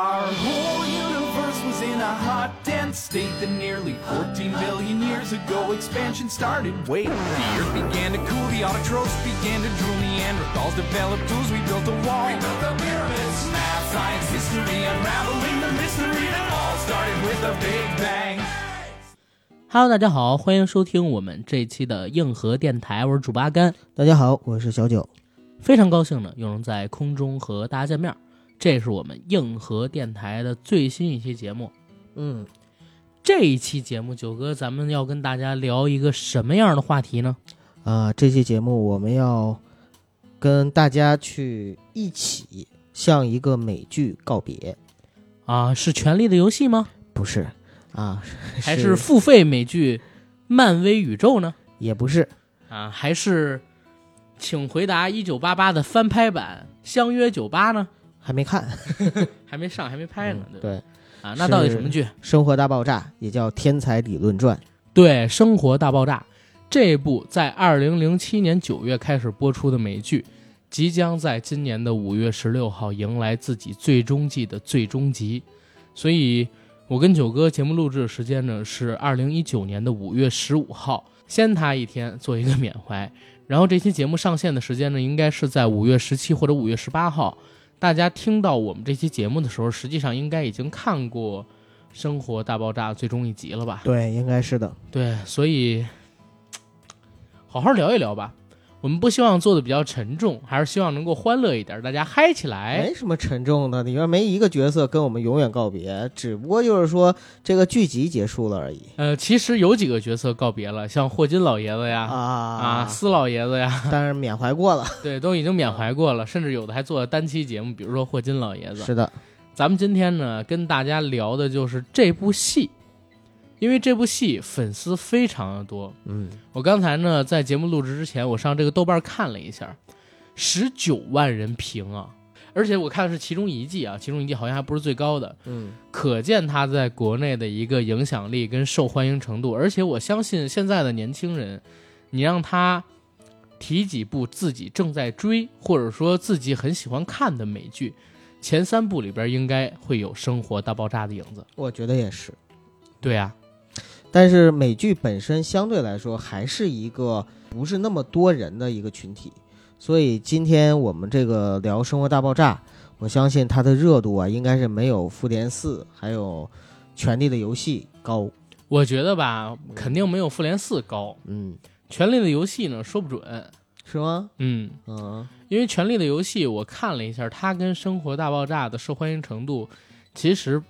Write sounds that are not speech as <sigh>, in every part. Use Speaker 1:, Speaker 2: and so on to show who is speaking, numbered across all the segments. Speaker 1: Our whole universe was in a hot, dense state that nearly 14 billion years ago expansion started. Wait, the earth began to cool, the autotrophs began to drool, Neanderthals developed tools, we built a wall. We built the pyramids, math, science, history, unraveling the mystery that all started with a big bang.
Speaker 2: Hello，大家好，欢迎收听我们这一期的硬核电台，我是主八甘，
Speaker 3: 大家好，我是小九。
Speaker 2: 非常高兴呢，又能在空中和大家见面儿。这是我们硬核电台的最新一期节目。
Speaker 3: 嗯，
Speaker 2: 这一期节目，九哥，咱们要跟大家聊一个什么样的话题呢？
Speaker 3: 啊、这期节目我们要跟大家去一起向一个美剧告别，
Speaker 2: 啊，是《权力的游戏》吗？
Speaker 3: 不是啊，
Speaker 2: 还是付费美剧《漫威宇宙》呢？
Speaker 3: 也不是
Speaker 2: 啊，还是《请回答一九八八》的翻拍版《相约九八》呢？
Speaker 3: 还没看，
Speaker 2: 还没上，还没拍呢，对吧？
Speaker 3: 嗯对，
Speaker 2: 啊，那到底
Speaker 3: 是
Speaker 2: 什么剧？
Speaker 3: 生活大爆炸》也叫《天才理论传》，
Speaker 2: 对，《生活大爆炸》这部在二零零七年九月开始播出的美剧，即将在今年的五月十六号迎来自己最终季的最终集。所以，我跟九哥节目录制的时间呢是二零一九年的五月十五号，先他一天做一个缅怀。然后这期节目上线的时间呢，应该是在五月十七或者五月十八号。大家听到我们这期节目的时候，实际上应该已经看过《生活大爆炸》最终一集了吧？
Speaker 3: 对，应该是的。
Speaker 2: 对，所以好好聊一聊吧。我们不希望做的比较沉重，还是希望能够欢乐一点，大家嗨起来。
Speaker 3: 哎没什么沉重的，里面没一个角色跟我们永远告别，只不过就是说这个剧集结束了而已
Speaker 2: 呃，其实有几个角色告别了，像霍金老爷子呀，
Speaker 3: 啊
Speaker 2: 司老爷子呀， <laughs>
Speaker 3: 但 <laughs> 是缅怀过了，
Speaker 2: 对，都已经缅怀过了，甚至有的还做了单期节目，比如说霍金老爷子。
Speaker 3: 是的，
Speaker 2: 咱们今天呢，跟大家聊的就是这部戏，因为这部戏粉丝非常的多，
Speaker 3: 嗯，
Speaker 2: 我刚才呢，在节目录制之前，我上这个豆瓣看了一下，十九万人评啊，而且我看的是其中一季啊，其中一季好像还不是最高的，
Speaker 3: 嗯，
Speaker 2: 可见它在国内的一个影响力跟受欢迎程度。而且我相信现在的年轻人，你让他提几部自己正在追或者说自己很喜欢看的美剧，前三部里边应该会有《生活大爆炸》的影子。
Speaker 3: 我觉得也是。
Speaker 2: 对啊，
Speaker 3: 但是美剧本身相对来说还是一个不是那么多人的一个群体，所以今天我们这个聊《生活大爆炸》，我相信它的热度啊，应该是没有《复联四》还有《权力的游戏》高。
Speaker 2: 我觉得吧，肯定没有《复联四》高。
Speaker 3: 嗯，
Speaker 2: 《权力的游戏》呢，说不准。
Speaker 3: 是吗？
Speaker 2: 嗯，
Speaker 3: 嗯，
Speaker 2: 因为《权力的游戏》，我看了一下，它跟《生活大爆炸》的受欢迎程度其实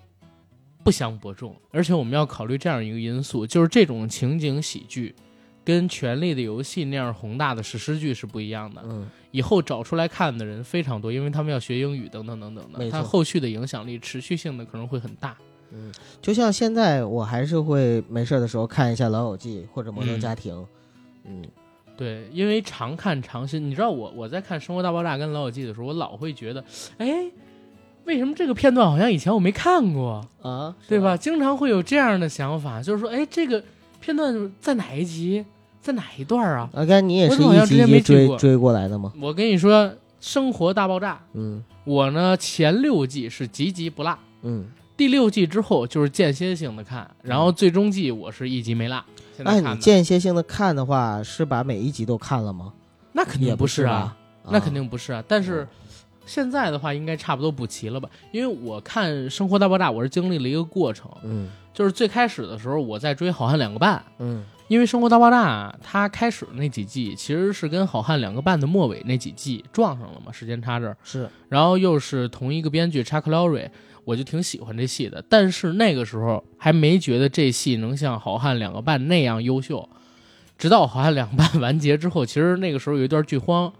Speaker 2: 不相伯仲。而且我们要考虑这样一个因素，就是这种情景喜剧跟《权力的游戏》那样宏大的史诗剧是不一样的。
Speaker 3: 嗯，
Speaker 2: 以后找出来看的人非常多，因为他们要学英语等等等等的，
Speaker 3: 没错
Speaker 2: 它后续的影响力、持续性的可能会很大。
Speaker 3: 就像现在我还是会没事儿的时候看一下《老友记》或者《摩登家庭》。嗯，
Speaker 2: 对，因为常看常新。你知道我我在看《生活大爆炸》跟《老友记》的时候，我老会觉得，哎，为什么这个片段好像以前我没看过，
Speaker 3: 啊，
Speaker 2: 嗯对吧？？经常会有这样的想法，就是说，哎，这个片段在哪一集，在哪一段啊？
Speaker 3: 啊，该你也
Speaker 2: 我
Speaker 3: 是
Speaker 2: 怎么好
Speaker 3: 一
Speaker 2: 像之
Speaker 3: 集
Speaker 2: 前
Speaker 3: 一
Speaker 2: 没
Speaker 3: 集
Speaker 2: 记
Speaker 3: 追
Speaker 2: 过
Speaker 3: 追过来的吗？
Speaker 2: 我跟你说，《生活大爆炸
Speaker 3: 嗯》
Speaker 2: 我呢前六季是集集不落，
Speaker 3: 嗯，
Speaker 2: 第六季之后就是间歇性的看，然后最终季我是一集没落。现在
Speaker 3: 那
Speaker 2: 看
Speaker 3: 哎你
Speaker 2: 的
Speaker 3: 间歇性的看的话，是把每一集都看了吗？
Speaker 2: 那肯
Speaker 3: 也
Speaker 2: 定
Speaker 3: 不
Speaker 2: 是
Speaker 3: 吧
Speaker 2: 啊。，那肯定不是啊。但是现在的话，应该差不多补齐了吧？因为我看《生活大爆炸》，我是经历了一个过程，
Speaker 3: 嗯
Speaker 2: 就是最开始的时候我在追《好汉两个半》，
Speaker 3: 嗯
Speaker 2: 因为《生活大爆炸》它开始那几季其实是跟《好汉两个半》的末尾那几季撞上了嘛，时间差这儿，
Speaker 3: 是
Speaker 2: 然后又是同一个编剧 Chuck Lorre。我就挺喜欢这戏的，但是那个时候还没觉得这戏能像《好汉两个半》那样优秀。直到《好汉两个半》完结之后，其实那个时候有一段剧荒，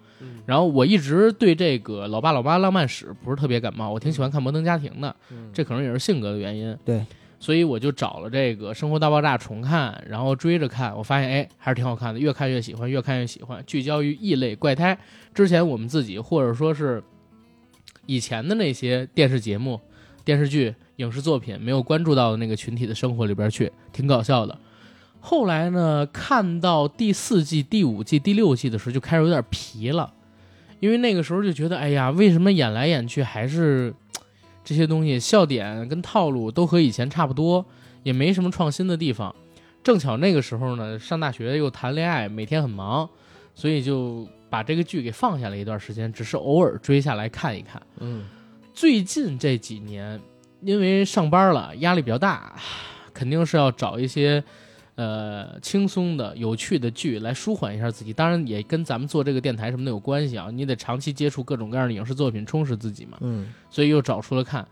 Speaker 2: 然后我一直对这个《老爸老妈浪漫史》不是特别感冒，我挺喜欢看《摩登家庭》的，这可能也是性格的原因。
Speaker 3: 对，
Speaker 2: 所以我就找了这个《生活大爆炸》重看，然后追着看，我发现哎还是挺好看的，越看越喜欢，越看越喜欢。聚焦于异类怪胎，之前我们自己或者说是以前的那些电视节目、电视剧、影视作品没有关注到的那个群体的生活里边去，挺搞笑的。后来呢，看到第四季、第五季、第六季的时候，就开始有点皮了，因为那个时候就觉得，哎呀，为什么演来演去还是嘖这些东西笑点跟套路都和以前差不多，也没什么创新的地方。正巧那个时候呢，上大学又谈恋爱，每天很忙，所以就把这个剧给放下了一段时间，只是偶尔追下来看一看。
Speaker 3: 嗯，
Speaker 2: 最近这几年，因为上班了，压力比较大，肯定是要找一些呃轻松的、有趣的剧来舒缓一下自己。当然，也跟咱们做这个电台什么的有关系啊，你得长期接触各种各样的影视作品，充实自己嘛。
Speaker 3: 嗯，
Speaker 2: 所以又找出了看。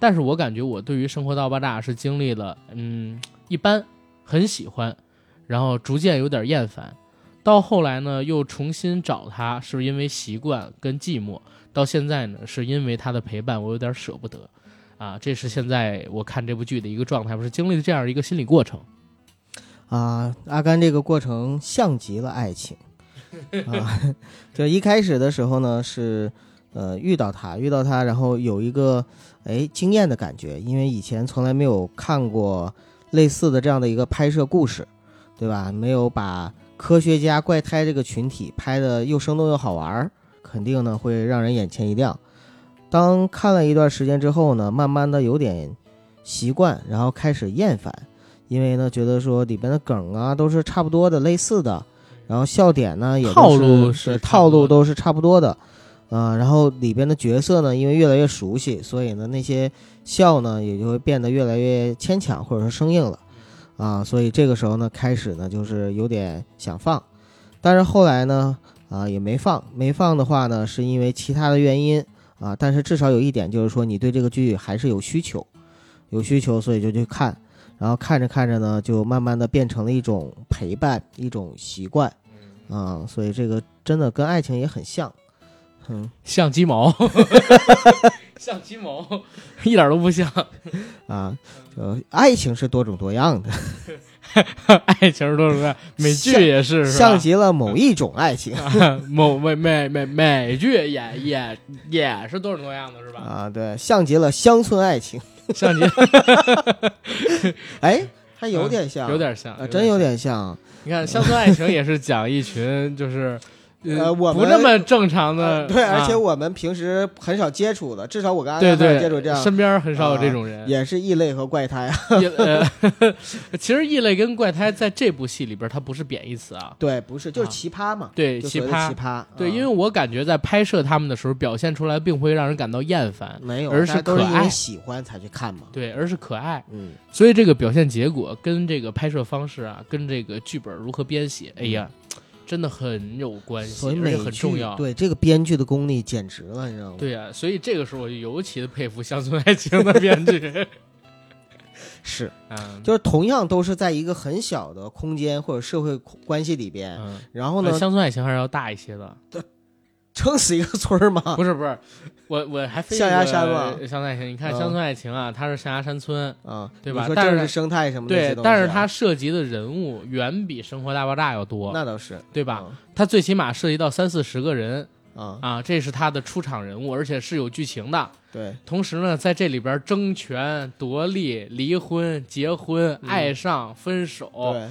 Speaker 2: 但是我感觉我对于《生活大爆炸》是经历了，嗯，一般，很喜欢，然后逐渐有点厌烦，到后来呢又重新找他，是因为习惯跟寂寞，到现在呢是因为他的陪伴，我有点舍不得，啊，这是现在我看这部剧的一个状态，我是经历了这样一个心理过程。
Speaker 3: 啊，阿甘这个过程像极了
Speaker 2: <laughs>
Speaker 3: 爱情啊，就一开始的时候呢是。呃，遇到他，遇到他，然后有一个哎惊艳的感觉，因为以前从来没有看过类似的这样的一个拍摄故事，对吧？没有把科学家怪胎这个群体拍的又生动又好玩儿，肯定呢会让人眼前一亮。当看了一段时间之后呢，慢慢的有点习惯，然后开始厌烦，因为呢觉得说里边的梗啊都是差不多的、类似的，然后笑点呢也都
Speaker 2: 套路
Speaker 3: 是
Speaker 2: 是
Speaker 3: 对
Speaker 2: 差不
Speaker 3: 套路
Speaker 2: 多的
Speaker 3: 都是差不多的，啊、然后里边的角色呢，因为越来越熟悉，所以呢那些笑呢也就会变得越来越牵强或者说生硬了，啊，所以这个时候呢开始呢就是有点想放，但是后来呢啊也没放，没放的话呢是因为其他的原因啊，但是至少有一点就是说你对这个剧还是有需求，有需求所以就去看，然后看着看着呢就慢慢的变成了一种陪伴，一种习惯，
Speaker 2: 嗯
Speaker 3: 啊，所以这个真的跟爱情也很像，嗯。
Speaker 2: 像鸡毛， <laughs> 像鸡毛， <laughs> 一点都不像。
Speaker 3: 啊，就爱情是多种多样的，
Speaker 2: 爱情都是美剧
Speaker 3: 像
Speaker 2: 也是，是吧
Speaker 3: 像极了某一种爱情
Speaker 2: 某美美美美剧也也也是多种多样的，是吧？
Speaker 3: 啊，对，像极了乡村爱情，
Speaker 2: 像
Speaker 3: <laughs>
Speaker 2: 极
Speaker 3: 哎，还有点像，
Speaker 2: 嗯有点像，
Speaker 3: 啊，真有
Speaker 2: 像。
Speaker 3: 点像，
Speaker 2: 你看，乡村爱情也是讲一群就是，
Speaker 3: 呃我
Speaker 2: 不
Speaker 3: 们
Speaker 2: 那么正常的，
Speaker 3: 啊对，
Speaker 2: 啊
Speaker 3: 而且我们平时很少接触的，至少我跟阿
Speaker 2: 对
Speaker 3: 甘很
Speaker 2: 对
Speaker 3: 少接触这样，啊
Speaker 2: 身边很少有这种人。
Speaker 3: 也是异类和怪胎啊，
Speaker 2: 也呃， <laughs> 其实异类跟怪胎在这部戏里边，它不是贬义词啊，
Speaker 3: 对，不是，就是
Speaker 2: 啊
Speaker 3: 奇葩嘛，
Speaker 2: 对，
Speaker 3: 就
Speaker 2: 奇
Speaker 3: 所谓的奇
Speaker 2: 葩。
Speaker 3: 葩，
Speaker 2: 对，
Speaker 3: 啊
Speaker 2: 因为我感觉在拍摄他们的时候，表现出来并不会让人感到厌烦，
Speaker 3: 没有，
Speaker 2: 而
Speaker 3: 大家
Speaker 2: 是
Speaker 3: 都
Speaker 2: 可
Speaker 3: 是因为
Speaker 2: 爱，
Speaker 3: 喜欢才去看嘛，
Speaker 2: 对，而是可爱。
Speaker 3: 嗯，
Speaker 2: 所以这个表现结果跟这个拍摄方式啊，跟这个剧本如何编写，哎呀，真的很有关系，
Speaker 3: 嗯所以
Speaker 2: 而
Speaker 3: 美
Speaker 2: 且
Speaker 3: 剧
Speaker 2: 很重要。
Speaker 3: 对这个编剧的功力简直了，你知道吗？
Speaker 2: 对呀、所以这个时候我就尤其的佩服《乡村爱情》的编
Speaker 3: <laughs>
Speaker 2: 剧。
Speaker 3: 是，
Speaker 2: 嗯，
Speaker 3: 就是同样都是在一个很小的空间或者社会关系里边，
Speaker 2: 嗯，
Speaker 3: 然后
Speaker 2: 呃
Speaker 3: 呢
Speaker 2: 乡村爱情》还是要大一些的。
Speaker 3: 啊撑死一个村儿嘛。
Speaker 2: 不是不是，我我还非呃
Speaker 3: 象牙山吗
Speaker 2: 嘛，《乡村爱情》，你看
Speaker 3: 嗯
Speaker 2: 《乡村爱情》啊，它是象牙山村，
Speaker 3: 啊，
Speaker 2: 对吧
Speaker 3: 你说
Speaker 2: 但是
Speaker 3: 政治生态什么的这些
Speaker 2: 对，
Speaker 3: 东西啊，
Speaker 2: 但是它涉及的人物远比《生活大爆炸》要多，
Speaker 3: 那倒是
Speaker 2: 对吧？它最起码涉及到三四十个人
Speaker 3: 啊，
Speaker 2: 啊，这是它的出场人物，而且是有剧情的。
Speaker 3: 对，
Speaker 2: 同时呢，在这里边争权夺利、离婚、结婚、爱上、分手、
Speaker 3: 嗯对，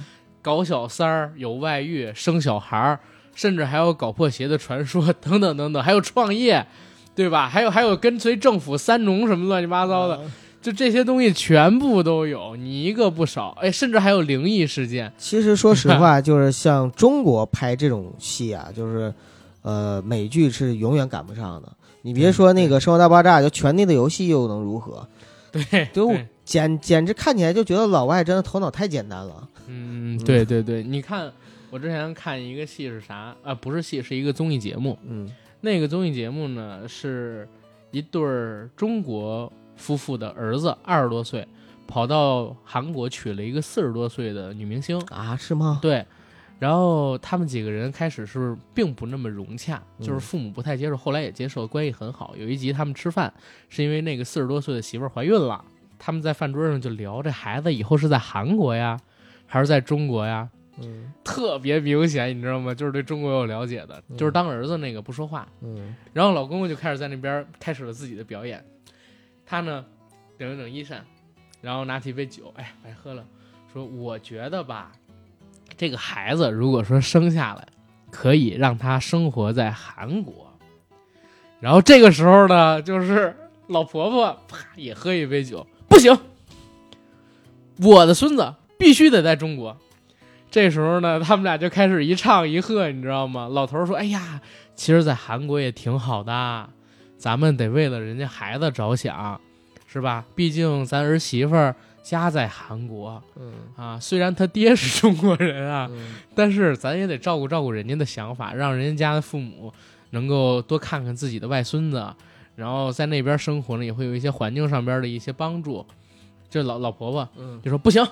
Speaker 2: 搞小三儿、有外遇、生小孩儿，甚至还有搞破鞋的传说等等等等，还有创业，对吧？还有还有跟随政府三农什么乱七八糟的，
Speaker 3: 啊
Speaker 2: 就这些东西全部都有，你一个不少。哎，甚至还有灵异事件，
Speaker 3: 其实
Speaker 2: <laughs>
Speaker 3: 说实话，就是像中国拍这种戏啊，就是呃，美剧是永远赶不上的。你别说那个《生活大爆炸》，就《权力的游戏》又能如何？
Speaker 2: <laughs> 对
Speaker 3: 就
Speaker 2: 对
Speaker 3: 简简直看起来就觉得老外真的头脑太简单了。
Speaker 2: 嗯，对对对，你看我之前看一个戏是啥啊、不是戏，是一个综艺节目。
Speaker 3: 嗯
Speaker 2: 那个综艺节目呢，是一对儿中国夫妇的儿子二十多岁，跑到韩国娶了一个四十多岁的女明星。
Speaker 3: 啊，是吗？
Speaker 2: 对，然后他们几个人开始是并不那么融洽，
Speaker 3: 嗯
Speaker 2: 就是父母不太接受，后来也接受，关系很好。有一集他们吃饭，是因为那个四十多岁的媳妇儿怀孕了，他们在饭桌上就聊这孩子以后是在韩国呀，还是在中国呀？
Speaker 3: 嗯
Speaker 2: 特别明显，你知道吗？就是对中国有了解的，就是当儿子那个不说话，
Speaker 3: 嗯
Speaker 2: 然后老公公就开始在那边开始了自己的表演，他呢整一整衣衫，然后拿起一杯酒，哎，白喝了，说我觉得吧，这个孩子如果说生下来，可以让他生活在韩国。然后这个时候呢，就是老婆婆啪也喝一杯酒，不行，我的孙子必须得在中国。这时候呢，他们俩就开始一唱一和，你知道吗？老头儿说：“哎呀，其实，在韩国也挺好的，啊咱们得为了人家孩子着想，是吧？毕竟咱儿媳妇儿家在韩国
Speaker 3: 嗯
Speaker 2: 啊，虽然她爹是中国人啊，
Speaker 3: 嗯
Speaker 2: 但是咱也得照顾照顾人家的想法，让人家的父母能够多看看自己的外孙子，然后在那边生活呢，也会有一些环境上边的一些帮助。这老老婆婆
Speaker 3: 嗯，
Speaker 2: 就说不行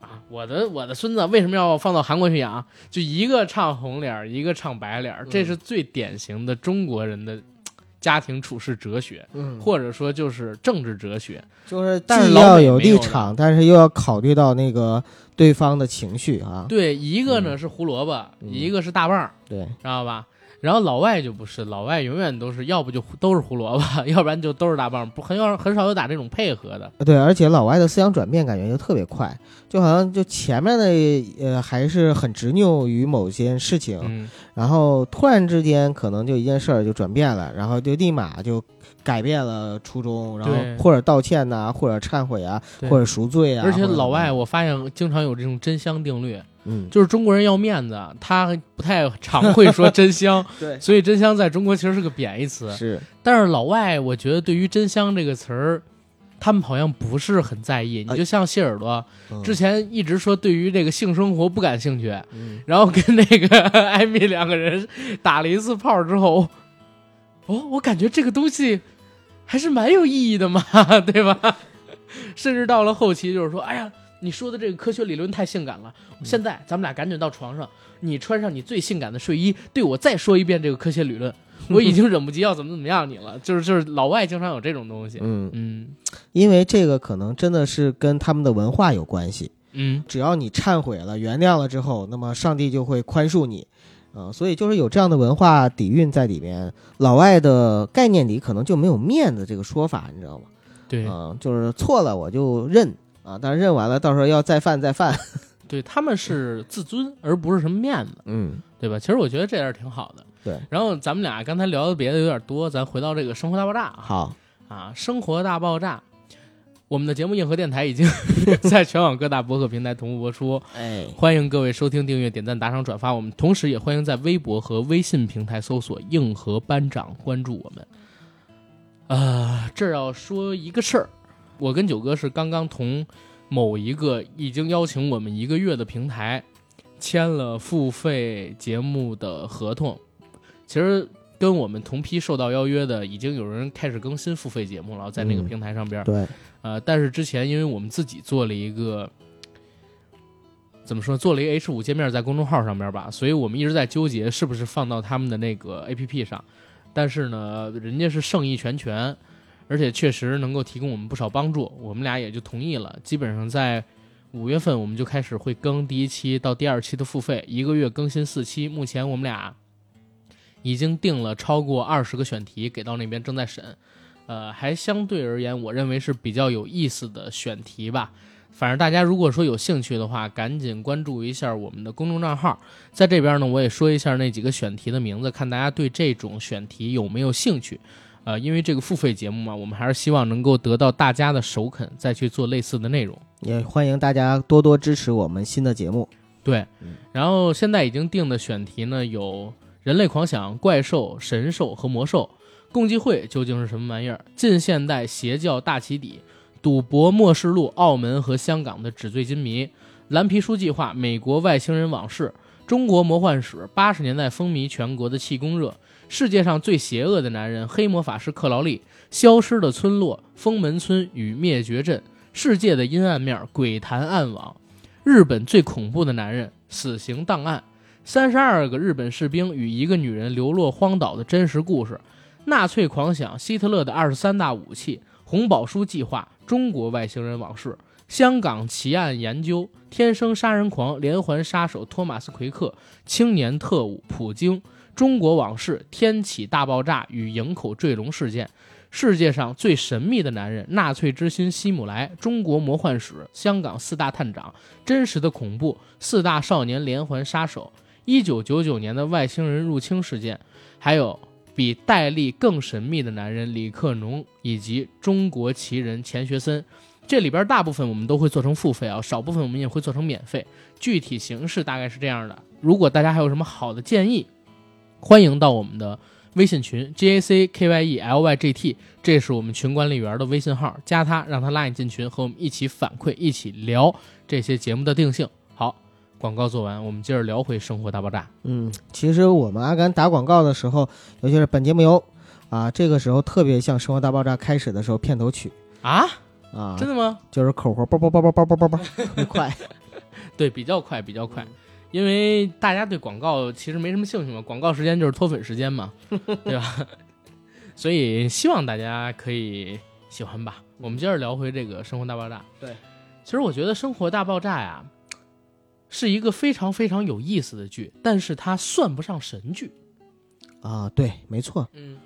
Speaker 2: 啊，我的我的孙子为什么要放到韩国去养？就一个唱红脸儿，一个唱白脸儿，
Speaker 3: 嗯
Speaker 2: 这是最典型的中国人的嘖家庭处事哲学，
Speaker 3: 嗯
Speaker 2: 或者说就是政治哲学。
Speaker 3: 就是
Speaker 2: 但是
Speaker 3: 既
Speaker 2: 老
Speaker 3: 要
Speaker 2: 美
Speaker 3: 有
Speaker 2: 没有的
Speaker 3: 立场，但是又要考虑到那个对方的情绪啊。
Speaker 2: 对，一个呢是胡萝卜，
Speaker 3: 嗯
Speaker 2: 一个是大棒儿，
Speaker 3: 对，
Speaker 2: 知道吧？然后老外就不是，老外永远都是要不就胡都是胡萝卜，要不然就都是大棒儿，不很少很少有打这种配合的。
Speaker 3: 对，而且老外的思想转变感觉就特别快，就好像就前面的呃还是很执拗于某件事情，
Speaker 2: 嗯，
Speaker 3: 然后突然之间可能就一件事儿就转变了，然后就立马就改变了初衷，然
Speaker 2: 对
Speaker 3: 后或者道歉呐、或者忏悔啊，
Speaker 2: 对
Speaker 3: 或者赎罪啊。
Speaker 2: 而且
Speaker 3: 或者
Speaker 2: 老外
Speaker 3: 怎么样，
Speaker 2: 我发现经常有这种真香定律，
Speaker 3: 嗯，
Speaker 2: 就是中国人要面子，他不太常会
Speaker 3: <laughs>
Speaker 2: 说真香，
Speaker 3: 对，
Speaker 2: 所以真香在中国其实是个贬义词。
Speaker 3: 是，
Speaker 2: 但是老外，我觉得对于真香这个词儿，他们好像不是很在意。
Speaker 3: 哎
Speaker 2: 你就像谢耳朵
Speaker 3: 嗯
Speaker 2: 之前一直说对于这个性生活不感兴趣，
Speaker 3: 嗯
Speaker 2: 然后跟那个 <laughs> 艾米两个人打了一次炮之后，哦，我感觉这个东西还是蛮有意义的嘛， <laughs> 对吧？甚至到了后期，就是说，哎呀，你说的这个科学理论太性感了，现在咱们俩赶紧到床上，你穿上你最性感的睡衣，对我再说一遍这个科学理论，我已经忍不及要怎么怎么样你了。就是就是老外经常有这种东西，
Speaker 3: 嗯，
Speaker 2: 嗯
Speaker 3: 因为这个可能真的是跟他们的文化有关系。
Speaker 2: 嗯，
Speaker 3: 只要你忏悔了、原谅了之后，那么上帝就会宽恕你，啊、所以就是有这样的文化底蕴在里面。老外的概念里可能就没有面子这个说法，你知道吗？
Speaker 2: 对
Speaker 3: 嗯、就是错了我就认啊，但是认完了，到时候要再犯再犯。
Speaker 2: 对，他们是自尊，而不是什么面子。
Speaker 3: 嗯，
Speaker 2: 对吧？其实我觉得这样挺好的。
Speaker 3: 对，
Speaker 2: 然后咱们俩刚才聊的别的有点多，咱回到这个《生活大爆炸》啊，
Speaker 3: <laughs> 好，
Speaker 2: 啊，《生活大爆炸》，我们的节目《硬核电台》已经 <laughs> 在全网各大播客平台同步播出，
Speaker 3: 哎，
Speaker 2: 欢迎各位收听、订阅、点赞、打赏、转发。我们同时也欢迎在微博和微信平台搜索“硬核班长”，关注我们。呃，这儿要说一个事儿，我跟九哥是刚刚同某一个已经邀请我们一个月的平台签了付费节目的合同。其实跟我们同批受到邀约的，已经有人开始更新付费节目了，在那个
Speaker 3: 嗯
Speaker 2: 平台上边儿。
Speaker 3: 对，
Speaker 2: 呃，但是之前因为我们自己做了一个，怎么说，做了一个 H 五界面在公众号上面吧，所以我们一直在纠结是不是放到他们的那个 APP 上。但是呢，人家是盛意全全，而且确实能够提供我们不少帮助，我们俩也就同意了。基本上在五月份我们就开始会更第一期到第二期的付费，一个月更新四期。目前我们俩已经定了超过二十个选题，给到那边正在审。呃，还相对而言，我认为是比较有意思的选题吧。反正大家如果说有兴趣的话，赶紧关注一下我们的公众账号。在这边呢，我也说一下那几个选题的名字，看大家对这种选题有没有兴趣。呃，因为这个付费节目嘛，我们还是希望能够得到大家的首肯，再去做类似的内容。
Speaker 3: 也欢迎大家多多支持我们新的节目。
Speaker 2: 对
Speaker 3: 嗯，
Speaker 2: 然后现在已经定的选题呢有人类狂想、怪兽、神兽和魔兽。共济会究竟是什么玩意儿？近现代邪教大起底、赌博末世录、澳门和香港的纸醉金迷、蓝皮书计划、美国外星人往事、中国魔幻史、八十年代风靡全国的气功热、世界上最邪恶的男人、黑魔法师克劳利、消失的村落、封门村与灭绝镇、世界的阴暗面、鬼谈暗网。日本最恐怖的男人、死刑档案、三十二个日本士兵与一个女人流落荒岛的真实故事、纳粹狂想、希特勒的二十三大武器、红宝书计划、中国外星人往事、香港奇案研究、天生杀人狂、连环杀手托马斯奎克、青年特务普京、中国往事、天启大爆炸与营口坠龙事件。世界上最神秘的男人，纳粹之心希姆莱，中国魔幻史，香港四大探长，真实的恐怖，四大少年连环杀手，一九九九年的外星人入侵事件，还有比戴笠更神秘的男人李克农以及中国奇人钱学森。这里边大部分我们都会做成付费啊，少部分我们也会做成免费。具体形式大概是这样的。如果大家还有什么好的建议，欢迎到我们的微信群 G A C K Y E L Y G T，这是我们群管理员的微信号，加他，让他拉你进群，和我们一起反馈，一起聊这些节目的定性。好，广告做完，我们接着聊回《生活大爆炸》。
Speaker 3: 嗯，其实我们阿甘打广告的时候，尤其是本节目由啊，这个时候特别像《生活大爆炸》开始的时候片头曲
Speaker 2: 啊，
Speaker 3: 啊，
Speaker 2: 真的吗？
Speaker 3: 就是口活，叭叭叭叭叭叭叭叭，特别快。
Speaker 2: 对，比较快，比较快，因为大家对广告其实没什么兴趣嘛，广告时间就是脱粉时间嘛，对吧？所以希望大家可以喜欢吧。我们接着聊回这个《生活大爆炸》。
Speaker 3: 对，
Speaker 2: 其实我觉得《生活大爆炸》呀，是一个非常非常有意思的剧，但是它算不上神剧。
Speaker 3: <laughs> 啊，对，没错，
Speaker 2: 嗯，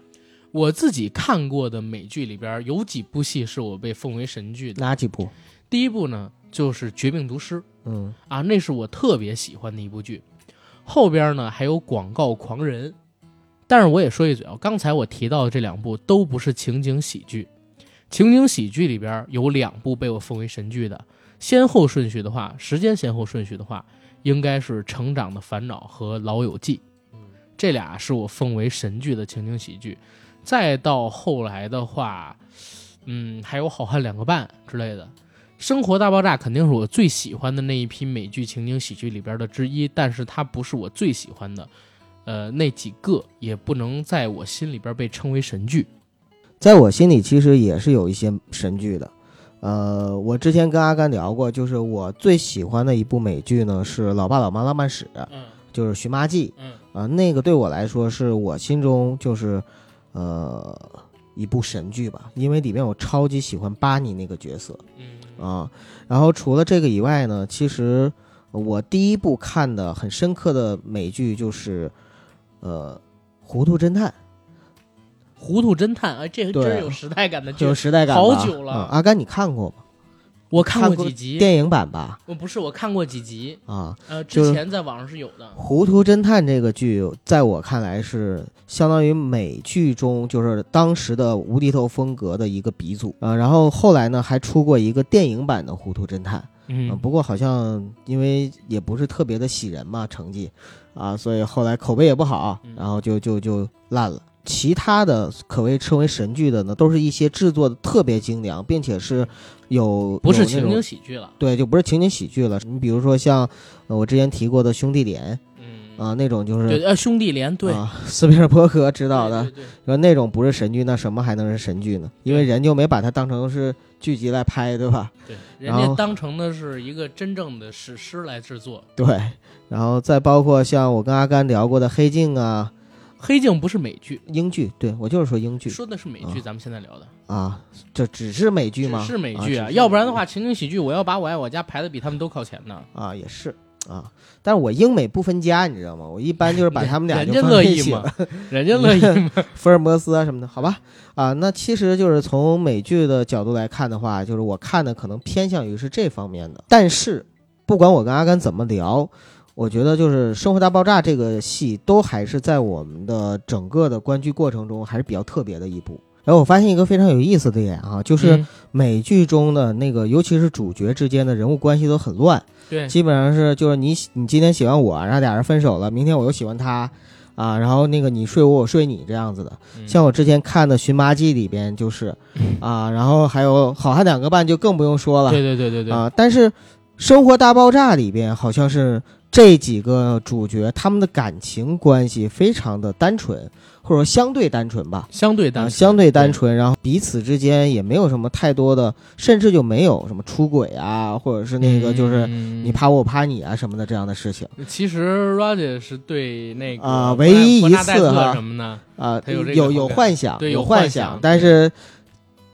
Speaker 2: 我自己看过的美剧里边有几部戏是我被奉为神剧的。
Speaker 3: 哪几部？
Speaker 2: 第一部呢，就是《绝命毒师》。
Speaker 3: 嗯，
Speaker 2: 啊，那是我特别喜欢的一部剧。后边呢还有《广告狂人》，但是我也说一嘴啊，刚才我提到的这两部都不是情景喜剧。情景喜剧里边有两部被我奉为神剧的，先后顺序的话，时间先后顺序的话，应该是《成长的烦恼》和《老友记》，这俩是我奉为神剧的情景喜剧。再到后来的话，嗯，还有《好汉两个半》之类的，《生活大爆炸》肯定是我最喜欢的那一批美剧情景喜剧里边的之一，但是它不是我最喜欢的，呃，那几个也不能在我心里边被称为神剧。
Speaker 3: 在我心里其实也是有一些神剧的。呃，我之前跟阿甘聊过，就是我最喜欢的一部美剧呢是《老爸老妈浪漫史》，
Speaker 2: 嗯
Speaker 3: 就是《寻妈记》。
Speaker 2: 嗯
Speaker 3: 啊、那个对我来说是我心中就是，呃，一部神剧吧，因为里面我超级喜欢巴尼那个角色
Speaker 2: 嗯
Speaker 3: 啊、然后除了这个以外呢，其实我第一部看的很深刻的美剧就是，呃，《糊涂侦探
Speaker 2: 啊糊涂侦探，哎，这
Speaker 3: 对
Speaker 2: 真是有时代感的》，剧。
Speaker 3: 就是时代感吧。
Speaker 2: 好久了
Speaker 3: 啊阿甘，你看过吗？
Speaker 2: 我看
Speaker 3: 看
Speaker 2: 过
Speaker 3: 过
Speaker 2: 几集，
Speaker 3: 电影版吧？
Speaker 2: 我不是我看过几集，
Speaker 3: 啊，
Speaker 2: 呃，
Speaker 3: 就
Speaker 2: 之
Speaker 3: 是啊
Speaker 2: 前在网上是有的
Speaker 3: 《糊涂侦探》这个剧，在我看来是相当于美剧中就是当时的无厘头风格的一个鼻祖啊、呃然后后来呢，还出过一个电影版的《糊涂侦探》呃
Speaker 2: 嗯
Speaker 3: 不过好像因为也不是特别的喜人嘛，成绩啊，所以后来口碑也不好
Speaker 2: 嗯，
Speaker 3: 然后就就就烂了。其他的可谓称为神剧的呢，都是一些制作的特别精良，并且是有
Speaker 2: 不
Speaker 3: 有
Speaker 2: 是
Speaker 3: 那
Speaker 2: 情
Speaker 3: 种
Speaker 2: 景喜剧了。
Speaker 3: 对，就不是情景喜剧了。你比如说像呃我之前提过的《兄弟连》
Speaker 2: 嗯，
Speaker 3: 啊、那种就是
Speaker 2: 对，呃，兄弟连对，
Speaker 3: 啊，斯皮尔伯格执导的
Speaker 2: 对，对对
Speaker 3: 说那种不是神剧，那什么还能是神剧呢？因为人就没把它当成是剧集来拍，对吧？
Speaker 2: 对，人
Speaker 3: 然后
Speaker 2: 家当成的是一个真正的史诗来制作。
Speaker 3: 对，然后再包括像我跟阿甘聊过的《黑镜》啊，
Speaker 2: 黑镜不是美剧，
Speaker 3: 英剧，对我就是说英剧
Speaker 2: 说的是美剧，咱们现在聊的
Speaker 3: 啊，这只是美剧吗？
Speaker 2: 只是美剧
Speaker 3: 啊
Speaker 2: 啊，
Speaker 3: 只是
Speaker 2: 要不然的话，情景喜剧我要把我爱我家排的比他们都靠前呢。
Speaker 3: 啊也是啊，但是我英美不分家，你知道吗？我一般 <laughs> 就是把他们俩
Speaker 2: <laughs> 人
Speaker 3: 就
Speaker 2: 家
Speaker 3: 放
Speaker 2: 乐
Speaker 3: 在一
Speaker 2: 意
Speaker 3: 起
Speaker 2: 吗
Speaker 3: 了，？
Speaker 2: <laughs> 人家乐意吗？
Speaker 3: 福尔摩斯啊什么的，好吧？啊，那其实就是从美剧的角度来看的话，就是我看的可能偏向于是这方面的。但是不管我跟阿甘怎么聊，我觉得就是《生活大爆炸》这个戏都还是在我们的整个的观剧过程中还是比较特别的一部。然后我发现一个非常有意思的点啊， <laughs> 就
Speaker 2: 不
Speaker 3: 是美剧中的那个，尤其是主角之间的人物关系都很乱，
Speaker 2: 对，
Speaker 3: 基本上是就是你喜你今天喜欢我，然后俩人分手了，明天我又喜欢他，啊，然后那个你睡我，我睡你这样子的。
Speaker 2: 嗯
Speaker 3: 像我之前看的《寻麻记》里边就是，啊，然后还有《好汉两个半》就更不用说了
Speaker 2: 对对对对对，
Speaker 3: 啊。但是《生活大爆炸》里边好像是这几个主角他们的感情关系非常的单纯，或者说相对单纯吧，
Speaker 2: 相对单
Speaker 3: 啊，
Speaker 2: 纯
Speaker 3: 相对单。纯，然后彼此之间也没有什么太多的，甚至就没有什么出轨啊，或者是那个就是你
Speaker 2: 你
Speaker 3: 怕我，我怕你啊什么的这样的事情
Speaker 2: 嗯其实 Roger 是对那个
Speaker 3: 啊
Speaker 2: 伯
Speaker 3: 唯一
Speaker 2: 伯
Speaker 3: 一
Speaker 2: 纳戴
Speaker 3: 次
Speaker 2: 特
Speaker 3: 哈
Speaker 2: 什么
Speaker 3: <laughs>
Speaker 2: 呢？
Speaker 3: 啊
Speaker 2: 他有这，个
Speaker 3: 有
Speaker 2: 好
Speaker 3: 有
Speaker 2: 感
Speaker 3: 幻想，
Speaker 2: 对有
Speaker 3: 有
Speaker 2: 幻
Speaker 3: 幻
Speaker 2: 想
Speaker 3: 想，但是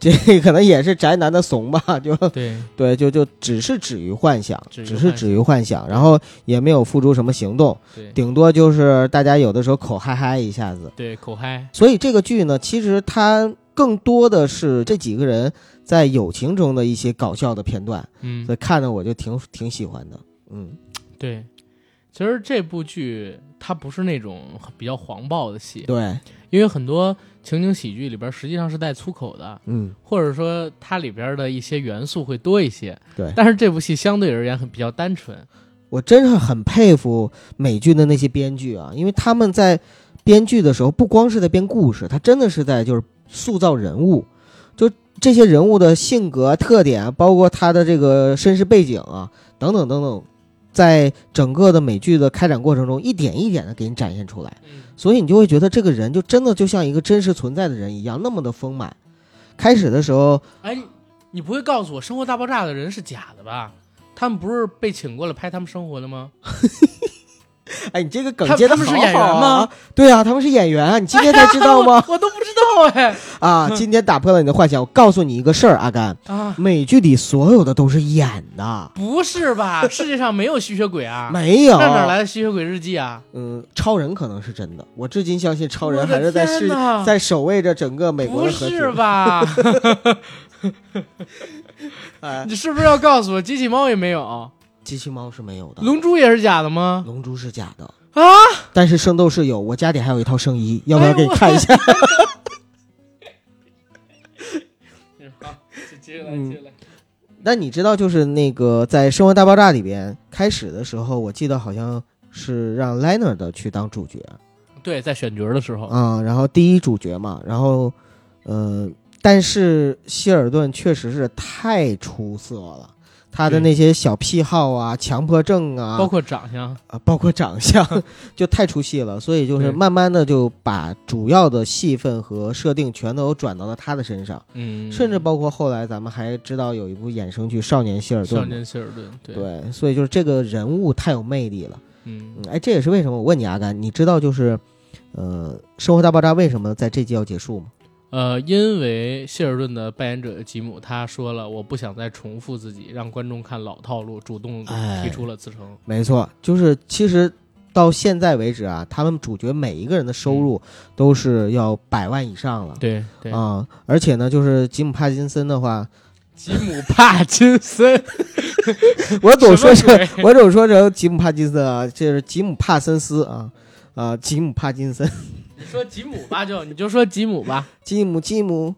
Speaker 3: 这可能也是宅男的怂吧，就
Speaker 2: 对，
Speaker 3: 对，就就只是止于幻想，
Speaker 2: 止于
Speaker 3: 只是
Speaker 2: 幻
Speaker 3: 止于幻想，然后也没有付出什么行动，
Speaker 2: 对
Speaker 3: 顶多就是大家有的时候口嗨嗨一下子。
Speaker 2: 对，口嗨，
Speaker 3: 所以这个剧呢，其实它更多的是这几个人在友情中的一些搞笑的片段，
Speaker 2: 嗯
Speaker 3: 所以，看的我就挺挺喜欢的。嗯，
Speaker 2: 对。其实这部剧它不是那种比较黄暴的戏，
Speaker 3: 对，
Speaker 2: 因为很多情景喜剧里边实际上是带粗口的，
Speaker 3: 嗯，
Speaker 2: 或者说它里边的一些元素会多一些。
Speaker 3: 对
Speaker 2: 但是这部戏相对而言很比较单纯。
Speaker 3: 我真是很佩服美剧的那些编剧啊，因为他们在编剧的时候，不光是在编故事，他真的是在就是塑造人物，就这些人物的性格特点啊，包括他的这个身世背景啊，等等等等，在整个的美剧的开展过程中，一点一点的给你展现出来。
Speaker 2: 嗯
Speaker 3: 所以你就会觉得这个人就真的就像一个真实存在的人一样，那么的丰满。开始的时候，
Speaker 2: 哎，你你不会告诉我《生活大爆炸》的人是假的吧？他们不是被请过来拍他们生活的吗？
Speaker 3: 哎，你这个梗
Speaker 2: 他
Speaker 3: 接
Speaker 2: 他
Speaker 3: 的
Speaker 2: 们是演员吗？
Speaker 3: 对啊，他们是演员啊，你今天才知道吗？
Speaker 2: <laughs> 我都不知道哎。
Speaker 3: 啊，今天打破了你的幻想。我告诉你一个事儿，阿甘，
Speaker 2: 啊，
Speaker 3: 美剧里所有的都是演的，
Speaker 2: 不是
Speaker 3: <laughs>
Speaker 2: 吧？世界上没有吸血鬼啊？
Speaker 3: 没有。
Speaker 2: 那哪来的吸血鬼日记啊？
Speaker 3: 嗯，超人可能是真的，我至今相信超人
Speaker 2: 我的
Speaker 3: 还是在世
Speaker 2: 天哪
Speaker 3: 在守卫着整个美国
Speaker 2: 不
Speaker 3: 的和
Speaker 2: 是
Speaker 3: 平。
Speaker 2: 吧？
Speaker 3: <laughs> 哎，啊
Speaker 2: 你是不是要告诉我机器猫也没有？
Speaker 3: 机器猫是没有的，
Speaker 2: 龙珠也是假的吗？
Speaker 3: 龙珠是假的
Speaker 2: 啊，哎
Speaker 3: 但是圣斗士有，我家里还有一套圣衣，要不要给你看一下？ <laughs>
Speaker 2: 好，接
Speaker 3: 来嗯接
Speaker 2: 来。
Speaker 3: 那你知道，就是那个在《生活大爆炸》里边开始的时候，我记得好像是让 Leonard 的去当主角
Speaker 2: 嗯对，在选角的时候，
Speaker 3: 啊、然后第一主角嘛，然后，呃，但是希尔顿确实是太出色了，他
Speaker 2: 对
Speaker 3: 的那些小癖好啊、强迫症啊，
Speaker 2: 包括长相，
Speaker 3: 啊，包括长
Speaker 2: <laughs>
Speaker 3: 相就太出戏了，所以就是
Speaker 2: 对
Speaker 3: 慢慢的就把主要的戏份和设定全都转到了他的身上，
Speaker 2: 嗯，
Speaker 3: 甚至包括后来咱们还知道有一部衍生剧《少年希尔顿
Speaker 2: 少》
Speaker 3: 嘛。
Speaker 2: 年希尔顿，对，
Speaker 3: 对，所以就是这个人物太有魅力了。
Speaker 2: 嗯
Speaker 3: 嗯，，哎，这也是为什么我问你阿甘，你知道就是，呃，《生活大爆炸》为什么在这季要结束吗？
Speaker 2: 呃，因为希尔顿的扮演者吉姆他说了，我不想再重复自己，让观众看老套路，主动
Speaker 3: 哎
Speaker 2: 提出了辞呈。
Speaker 3: 没错，就是其实到现在为止啊，他们主角每一个人的收入都是要百万以上了。
Speaker 2: 嗯对对，
Speaker 3: 啊、而且呢，就是吉姆·帕金森的
Speaker 2: <laughs>
Speaker 3: 话，
Speaker 2: 吉姆帕金森，
Speaker 3: 我总说
Speaker 2: 什么
Speaker 3: 成
Speaker 2: 鬼，
Speaker 3: 我总说成吉姆·帕金森啊，这是吉姆·帕森斯啊，啊，吉姆·帕金森，
Speaker 2: 你说吉姆吧就你就说吉姆吧，
Speaker 3: 吉姆，吉姆，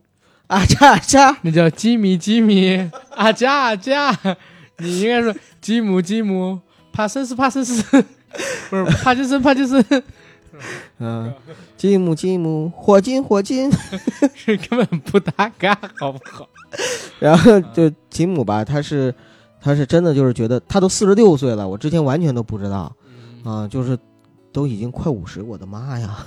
Speaker 3: 啊叉啊叉，
Speaker 2: <laughs> 那叫吉米吉米 <laughs> 阿加阿加，你应该说 <laughs> 吉姆吉姆帕森斯帕森斯， <laughs> 不是帕金森帕金森， <laughs>
Speaker 3: 嗯、吉姆，吉姆，火金，火金，
Speaker 2: 这根本不搭嘎，好不好？
Speaker 3: 然后就吉姆吧，他是，他是真的就是觉得他都四十六岁了，我之前完全都不知道
Speaker 2: 嗯
Speaker 3: 啊、就是都已经快五十，我的妈呀，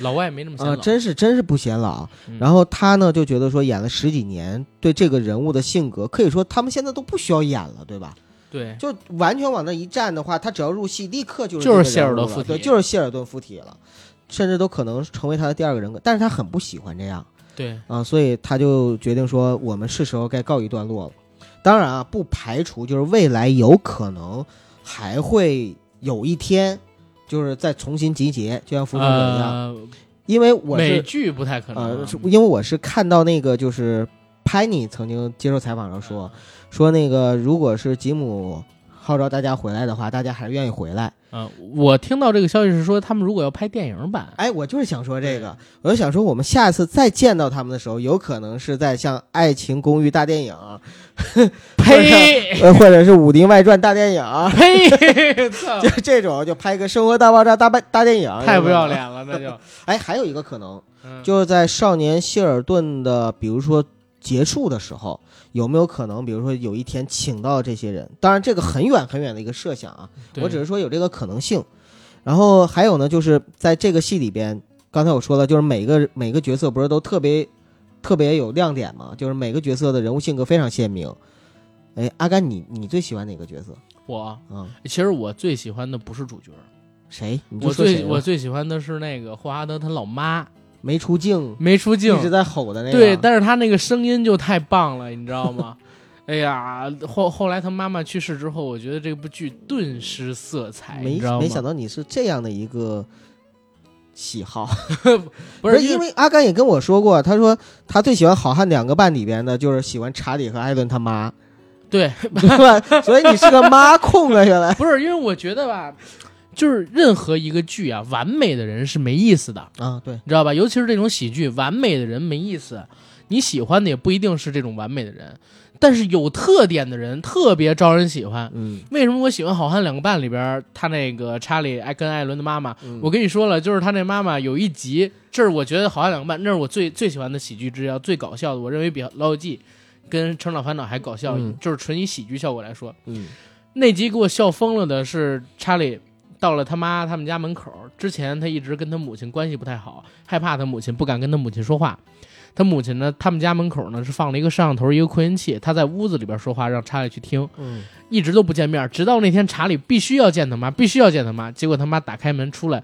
Speaker 2: 老外没那么显
Speaker 3: 啊、
Speaker 2: 老，
Speaker 3: 真是真是不显老。
Speaker 2: 嗯
Speaker 3: 然后他呢就觉得说演了十几年，对这个人物的性格，可以说他们现在都不需要演了，对
Speaker 2: 嗯
Speaker 3: 吧？
Speaker 2: 对，
Speaker 3: 就完全往那一站的话，他只要入戏，立刻就是
Speaker 2: 就是
Speaker 3: 这个人
Speaker 2: 谢尔顿
Speaker 3: 物了
Speaker 2: 附体
Speaker 3: 对，就是谢尔顿附体了，甚至都可能成为他的第二个人格。但是他很不喜欢这样
Speaker 2: 对，
Speaker 3: 啊，所以他就决定说，我们是时候该告一段落了。当然啊，不排除就是未来有可能还会有一天，就是再重新集结，就像复仇者一样，
Speaker 2: 呃，
Speaker 3: 因为我是
Speaker 2: 美剧不太可能
Speaker 3: 呃
Speaker 2: 啊，，
Speaker 3: 是因为我是看到那个就是 Penny 曾经接受采访上说，
Speaker 2: 嗯
Speaker 3: 说那个如果是吉姆号召大家回来的话，大家还是愿意回来。
Speaker 2: 呃，我听到这个消息是说，他们如果要拍电影
Speaker 3: <laughs>
Speaker 2: 版，
Speaker 3: 哎，我就是想说这个，我就想说我们下次再见到他们的时候，有可能是在像《爱情公寓》大电影，
Speaker 2: <laughs> 呸
Speaker 3: 呃，或者是《武林外传》大
Speaker 2: <laughs>
Speaker 3: 电影，
Speaker 2: 呸，操
Speaker 3: <laughs> 就这种就拍一个《生活大爆炸》大半大电影，
Speaker 2: 太不要。脸了，那
Speaker 3: <laughs>
Speaker 2: 就
Speaker 3: 哎，还有一个可能，
Speaker 2: 嗯
Speaker 3: 就是在少年希尔顿的，比如说结束的时候，有没有可能，比如说有一天请到这些人？当然，这个很远很远的一个设想啊，
Speaker 2: 对
Speaker 3: 我只是说有这个可能性。然后还有呢，就是在这个戏里边，刚才我说了，就是每个每个角色不是都特别特别有亮点嘛，就是每个角色的人物性格非常鲜明。哎，阿甘，你你最喜欢哪个角色
Speaker 2: 我
Speaker 3: 啊、
Speaker 2: 其实我最喜欢的不是主角，
Speaker 3: 谁？你就
Speaker 2: 我
Speaker 3: 说谁
Speaker 2: 最
Speaker 3: 吧
Speaker 2: 我最喜欢的是那个霍华德他老妈
Speaker 3: 没出镜，
Speaker 2: 没出镜
Speaker 3: 一，直在吼的那个。
Speaker 2: 对，但是他那个声音就太棒了，你知道吗？ <laughs> 哎呀，后后来他妈妈去世之后，我觉得这部剧顿时色彩，
Speaker 3: 没
Speaker 2: 你知道吗？
Speaker 3: 没想到你是这样的一个喜好，
Speaker 2: <laughs> 不是
Speaker 3: 因
Speaker 2: 为
Speaker 3: 为阿甘也
Speaker 2: <laughs>
Speaker 3: 跟我说过，他说他最喜欢《好汉两个半》里边的就是喜欢查理和艾伦他妈，
Speaker 2: 对，
Speaker 3: 对吧？所以你是个妈控啊，原
Speaker 2: <laughs>
Speaker 3: 来
Speaker 2: 不是因为我觉得吧，就是任何一个剧啊，完美的人是没意思的，
Speaker 3: 啊，对，
Speaker 2: 你知道吧？尤其是这种喜剧，完美的人没意思，你喜欢的也不一定是这种完美的人，但是有特点的人特别招人喜欢。
Speaker 3: 嗯，
Speaker 2: 为什么我喜欢《好汉两个半》里边他那个查理爱跟艾伦的妈妈？
Speaker 3: 嗯
Speaker 2: 我跟你说了，就是他那妈妈有一集，这是我觉得《好汉两个半》，那是我最最喜欢的喜剧之一，啊最搞笑的，我认为比《老友记》跟《成长烦恼》还搞笑，
Speaker 3: 嗯
Speaker 2: 就是纯以喜剧效果来说，
Speaker 3: 嗯
Speaker 2: 那集给我笑疯了的是查理。到了他妈他们家门口之前，他一直跟他母亲关系不太好，害怕他母亲，不敢跟他母亲说话。他母亲呢，他们家门口呢是放了一个摄像头，一个扩音器，他在屋子里边说话，让查理去听。
Speaker 3: 嗯
Speaker 2: 一直都不见面，直到那天查理必须要见他妈，必须要见他妈。结果他妈打开门出来，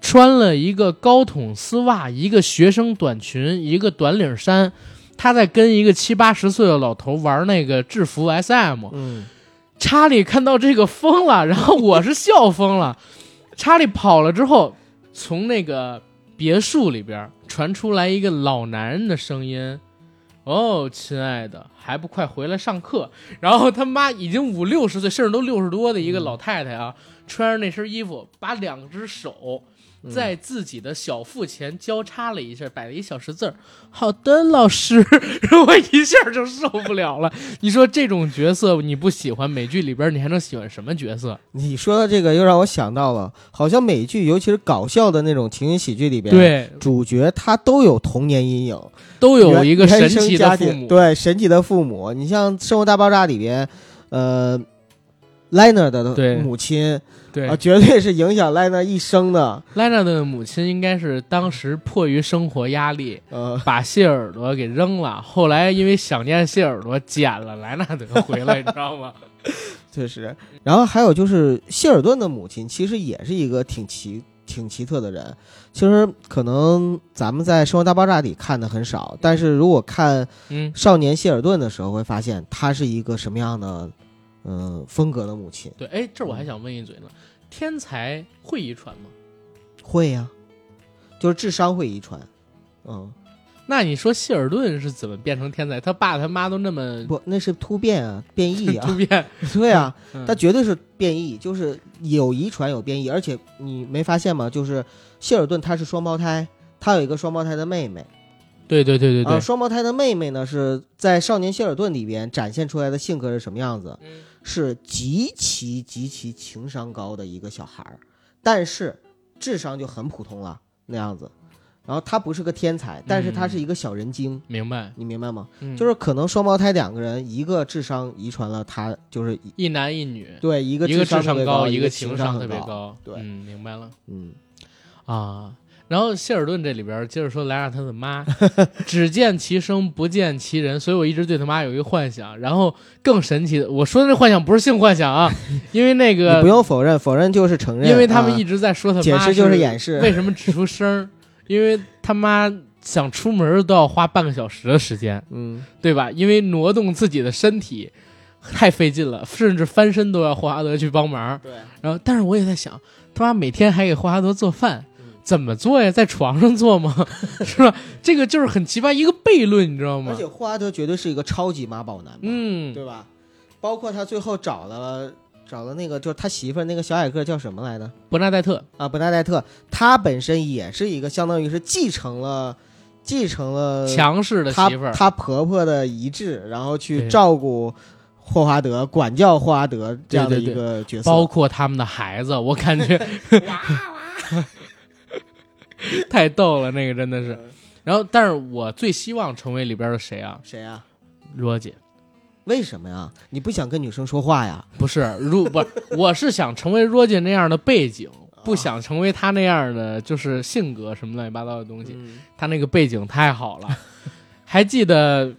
Speaker 2: 穿了一个高筒丝袜，一个学生短裙，一个短领衫，他在跟一个七八十岁的老头玩那个制服 SM。
Speaker 3: 嗯，
Speaker 2: 查理看到这个疯了， <laughs> 然后我是笑疯了。查理跑了之后，从那个别墅里边传出来一个老男人的声音：“哦，亲爱的，还不快回来上课？”然后他妈已经五六十岁，甚至都六十多的一个老太太啊，穿着那身衣服，把两只手。在自己的小腹前交叉了一下，摆了一小十字儿。好的，老师， <laughs> 我一下就受不了了。你说这种角色你不喜欢，美剧里边你还能喜欢什么角色？
Speaker 3: 你说的这个又让我想到了，好像美剧，尤其是搞笑的那种情景喜剧里边，，
Speaker 2: 对，
Speaker 3: 主角他都有童年阴影，
Speaker 2: 都有一个
Speaker 3: 原
Speaker 2: 神
Speaker 3: 原
Speaker 2: 奇
Speaker 3: 生
Speaker 2: 的
Speaker 3: 家
Speaker 2: 父
Speaker 3: 庭，
Speaker 2: 母。
Speaker 3: 对神奇的父母。你像《生活大爆炸》里边，呃，Liner
Speaker 2: 对
Speaker 3: 的母亲
Speaker 2: 对
Speaker 3: 啊，绝对是影响 Liner 一生的。
Speaker 2: ，Lana 的母亲应该是当时迫于生活压力，
Speaker 3: 呃，
Speaker 2: 把谢耳朵给扔了。后来因为想念谢耳朵，捡了莱纳德回来，你知道吗？ <laughs>
Speaker 3: 确实。然后还有就是谢尔顿的母亲，其实也是一个挺奇挺奇特的人。其实可能咱们在《生活大爆炸》里看的很少，但是如果看《
Speaker 2: 嗯，
Speaker 3: 少年谢尔顿》的时候，会发现她是一个什么样的嗯、呃风格的母亲。
Speaker 2: 对。哎，这我还想问一嘴呢，天才会遗传吗？
Speaker 3: 会呀、就是智商会遗传。嗯，
Speaker 2: 那你说谢尔顿是怎么变成天才？他爸他妈都那么
Speaker 3: 不，那是突变啊，变异
Speaker 2: 突
Speaker 3: 啊，
Speaker 2: 变，
Speaker 3: <laughs> 对啊，
Speaker 2: 嗯
Speaker 3: 它绝对是变异，就是有遗传有变异，而且你没发现吗？就是谢尔顿他是双胞胎，他有一个双胞胎的妹妹，
Speaker 2: 对对对对
Speaker 3: 啊，
Speaker 2: 对，
Speaker 3: 双胞胎的妹妹呢是在《少年谢尔顿》里边展现出来的性格是什么样子？
Speaker 2: 嗯
Speaker 3: 是极其极其情商高的一个小孩儿，但是智商就很普通了那样子。然后他不是个天才，但是他
Speaker 2: 嗯
Speaker 3: 是一个小人精，
Speaker 2: 明白，
Speaker 3: 你明白吗？
Speaker 2: 嗯
Speaker 3: 就是可能双胞胎两个人，一个智商遗传了他，就是一
Speaker 2: 一男一女，
Speaker 3: 对一个
Speaker 2: 一个
Speaker 3: 商
Speaker 2: 智
Speaker 3: 特
Speaker 2: 商
Speaker 3: 别
Speaker 2: 高，
Speaker 3: 一
Speaker 2: 个
Speaker 3: 情
Speaker 2: 商特
Speaker 3: 很
Speaker 2: 别
Speaker 3: 高。
Speaker 2: 高。
Speaker 3: 对
Speaker 2: 嗯，明白了
Speaker 3: 嗯，
Speaker 2: 啊。然后谢尔顿这里边接着说莱纳他的
Speaker 3: <laughs>
Speaker 2: 妈，只见其声不见其人，所以我一直对他妈有一个幻想。然后更神奇的，我说的这幻想不是性幻想
Speaker 3: <laughs>
Speaker 2: 啊，因为那
Speaker 3: 你不
Speaker 2: 个，
Speaker 3: 用否认，否认就是承认，
Speaker 2: 因为他们
Speaker 3: 啊
Speaker 2: 一直在说他妈
Speaker 3: 解释就是掩饰
Speaker 2: 为什么只出声儿？因为他妈想出门都要花半个小时的时间，
Speaker 3: 嗯
Speaker 2: 对吧？因为挪动自己的身体太费劲了，甚至翻身都要霍华德去帮忙。
Speaker 3: 对
Speaker 2: 然后，但是我也在想，他妈每天还给霍华德做饭
Speaker 3: 嗯，
Speaker 2: 怎么做呀？在床上做吗？
Speaker 3: <laughs>
Speaker 2: 是吧？这个就是很奇葩，一个悖论，你知道
Speaker 3: 而
Speaker 2: 吗
Speaker 3: 且？霍华德绝对是一个超级妈宝男嘛，
Speaker 2: 嗯，
Speaker 3: 对吧？包括他最后找了找了那个，就是他媳妇儿那个小矮个儿叫什么来着？
Speaker 2: 伯纳戴特，
Speaker 3: 啊，本纳戴特，他本身也是一个相当于是继承了继承了
Speaker 2: 强势的
Speaker 3: 呃他
Speaker 2: 媳妇儿，
Speaker 3: 他婆婆的遗志，然后去
Speaker 2: 对
Speaker 3: 照顾霍华德、管教霍华德这样的
Speaker 2: 对对
Speaker 3: 一个角色。
Speaker 2: 包括他们的孩子，我感
Speaker 3: <laughs>
Speaker 2: 觉 <laughs> 太逗了，那个真的是。
Speaker 3: 嗯
Speaker 2: 然后，但是我最希望成为里边的谁啊？
Speaker 3: 谁啊？
Speaker 2: 罗姐
Speaker 3: 为什么呀？你不想跟女生说话呀？
Speaker 2: 不是，如不，我是想成为罗姐那样的背景，
Speaker 3: 啊
Speaker 2: 不想成为她那样的就是性格什么乱七八糟的东西。
Speaker 3: 嗯
Speaker 2: 他那个背景太好了。 <laughs> 还记得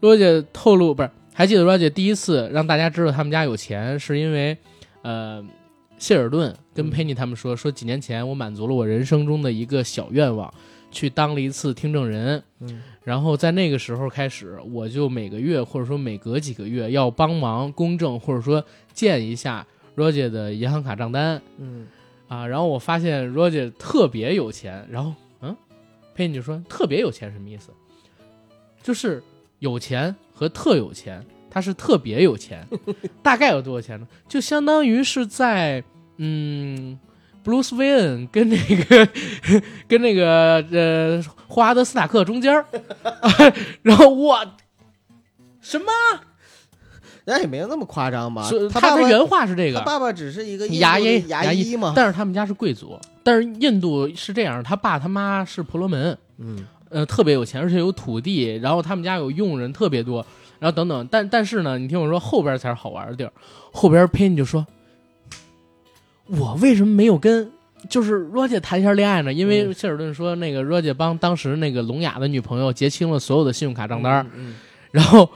Speaker 2: 罗姐透露不是？还记得罗姐第一次让大家知道他们家有钱，是因为呃，谢尔顿跟佩妮他们说，说几年前我满足了我人生中的一个小愿望，去当了一次听证人。
Speaker 3: 嗯
Speaker 2: 然后在那个时候开始，我就每个月或者说每隔几个月要帮忙公证，或者说建一下 Roger 的银行卡账单。
Speaker 3: 嗯
Speaker 2: 啊，然后我发现 Roger 特别有钱，然后嗯，佩妮就说特别有钱什么意思？就是有钱和特有钱，他是特别有
Speaker 3: <laughs>
Speaker 2: 钱，大概有多少钱呢？就相当于是在嗯。Bruce Wayne 跟那个 <laughs> 跟那个呃霍华德斯塔克中间
Speaker 3: <laughs>
Speaker 2: 儿 <laughs> 然后我
Speaker 3: 啊
Speaker 2: 什么？
Speaker 3: 那也没有那么夸张吧
Speaker 2: 是？
Speaker 3: 他
Speaker 2: 他
Speaker 3: 爸
Speaker 2: 的
Speaker 3: 爸
Speaker 2: 原话是这
Speaker 3: 他
Speaker 2: 个，
Speaker 3: 爸爸只是一个印度
Speaker 2: 牙医
Speaker 3: 的牙
Speaker 2: 牙
Speaker 3: 医嘛，
Speaker 2: 但是他们家是贵族，但是印度是这样，他爸他妈是婆罗门，
Speaker 3: 嗯，
Speaker 2: 呃，特别有钱，而且有土地，然后他们家有佣人特别多，然后等等，但但是呢，你听我说，后边才是好玩的地儿。后边佩恩就说：“我为什么没有跟就是 r o g e 谈一下恋爱呢？因为谢尔顿说那个 r o g e 帮当时那个聋哑的女朋友结清了所有的信用卡账单，
Speaker 3: 嗯，
Speaker 2: <laughs> 然后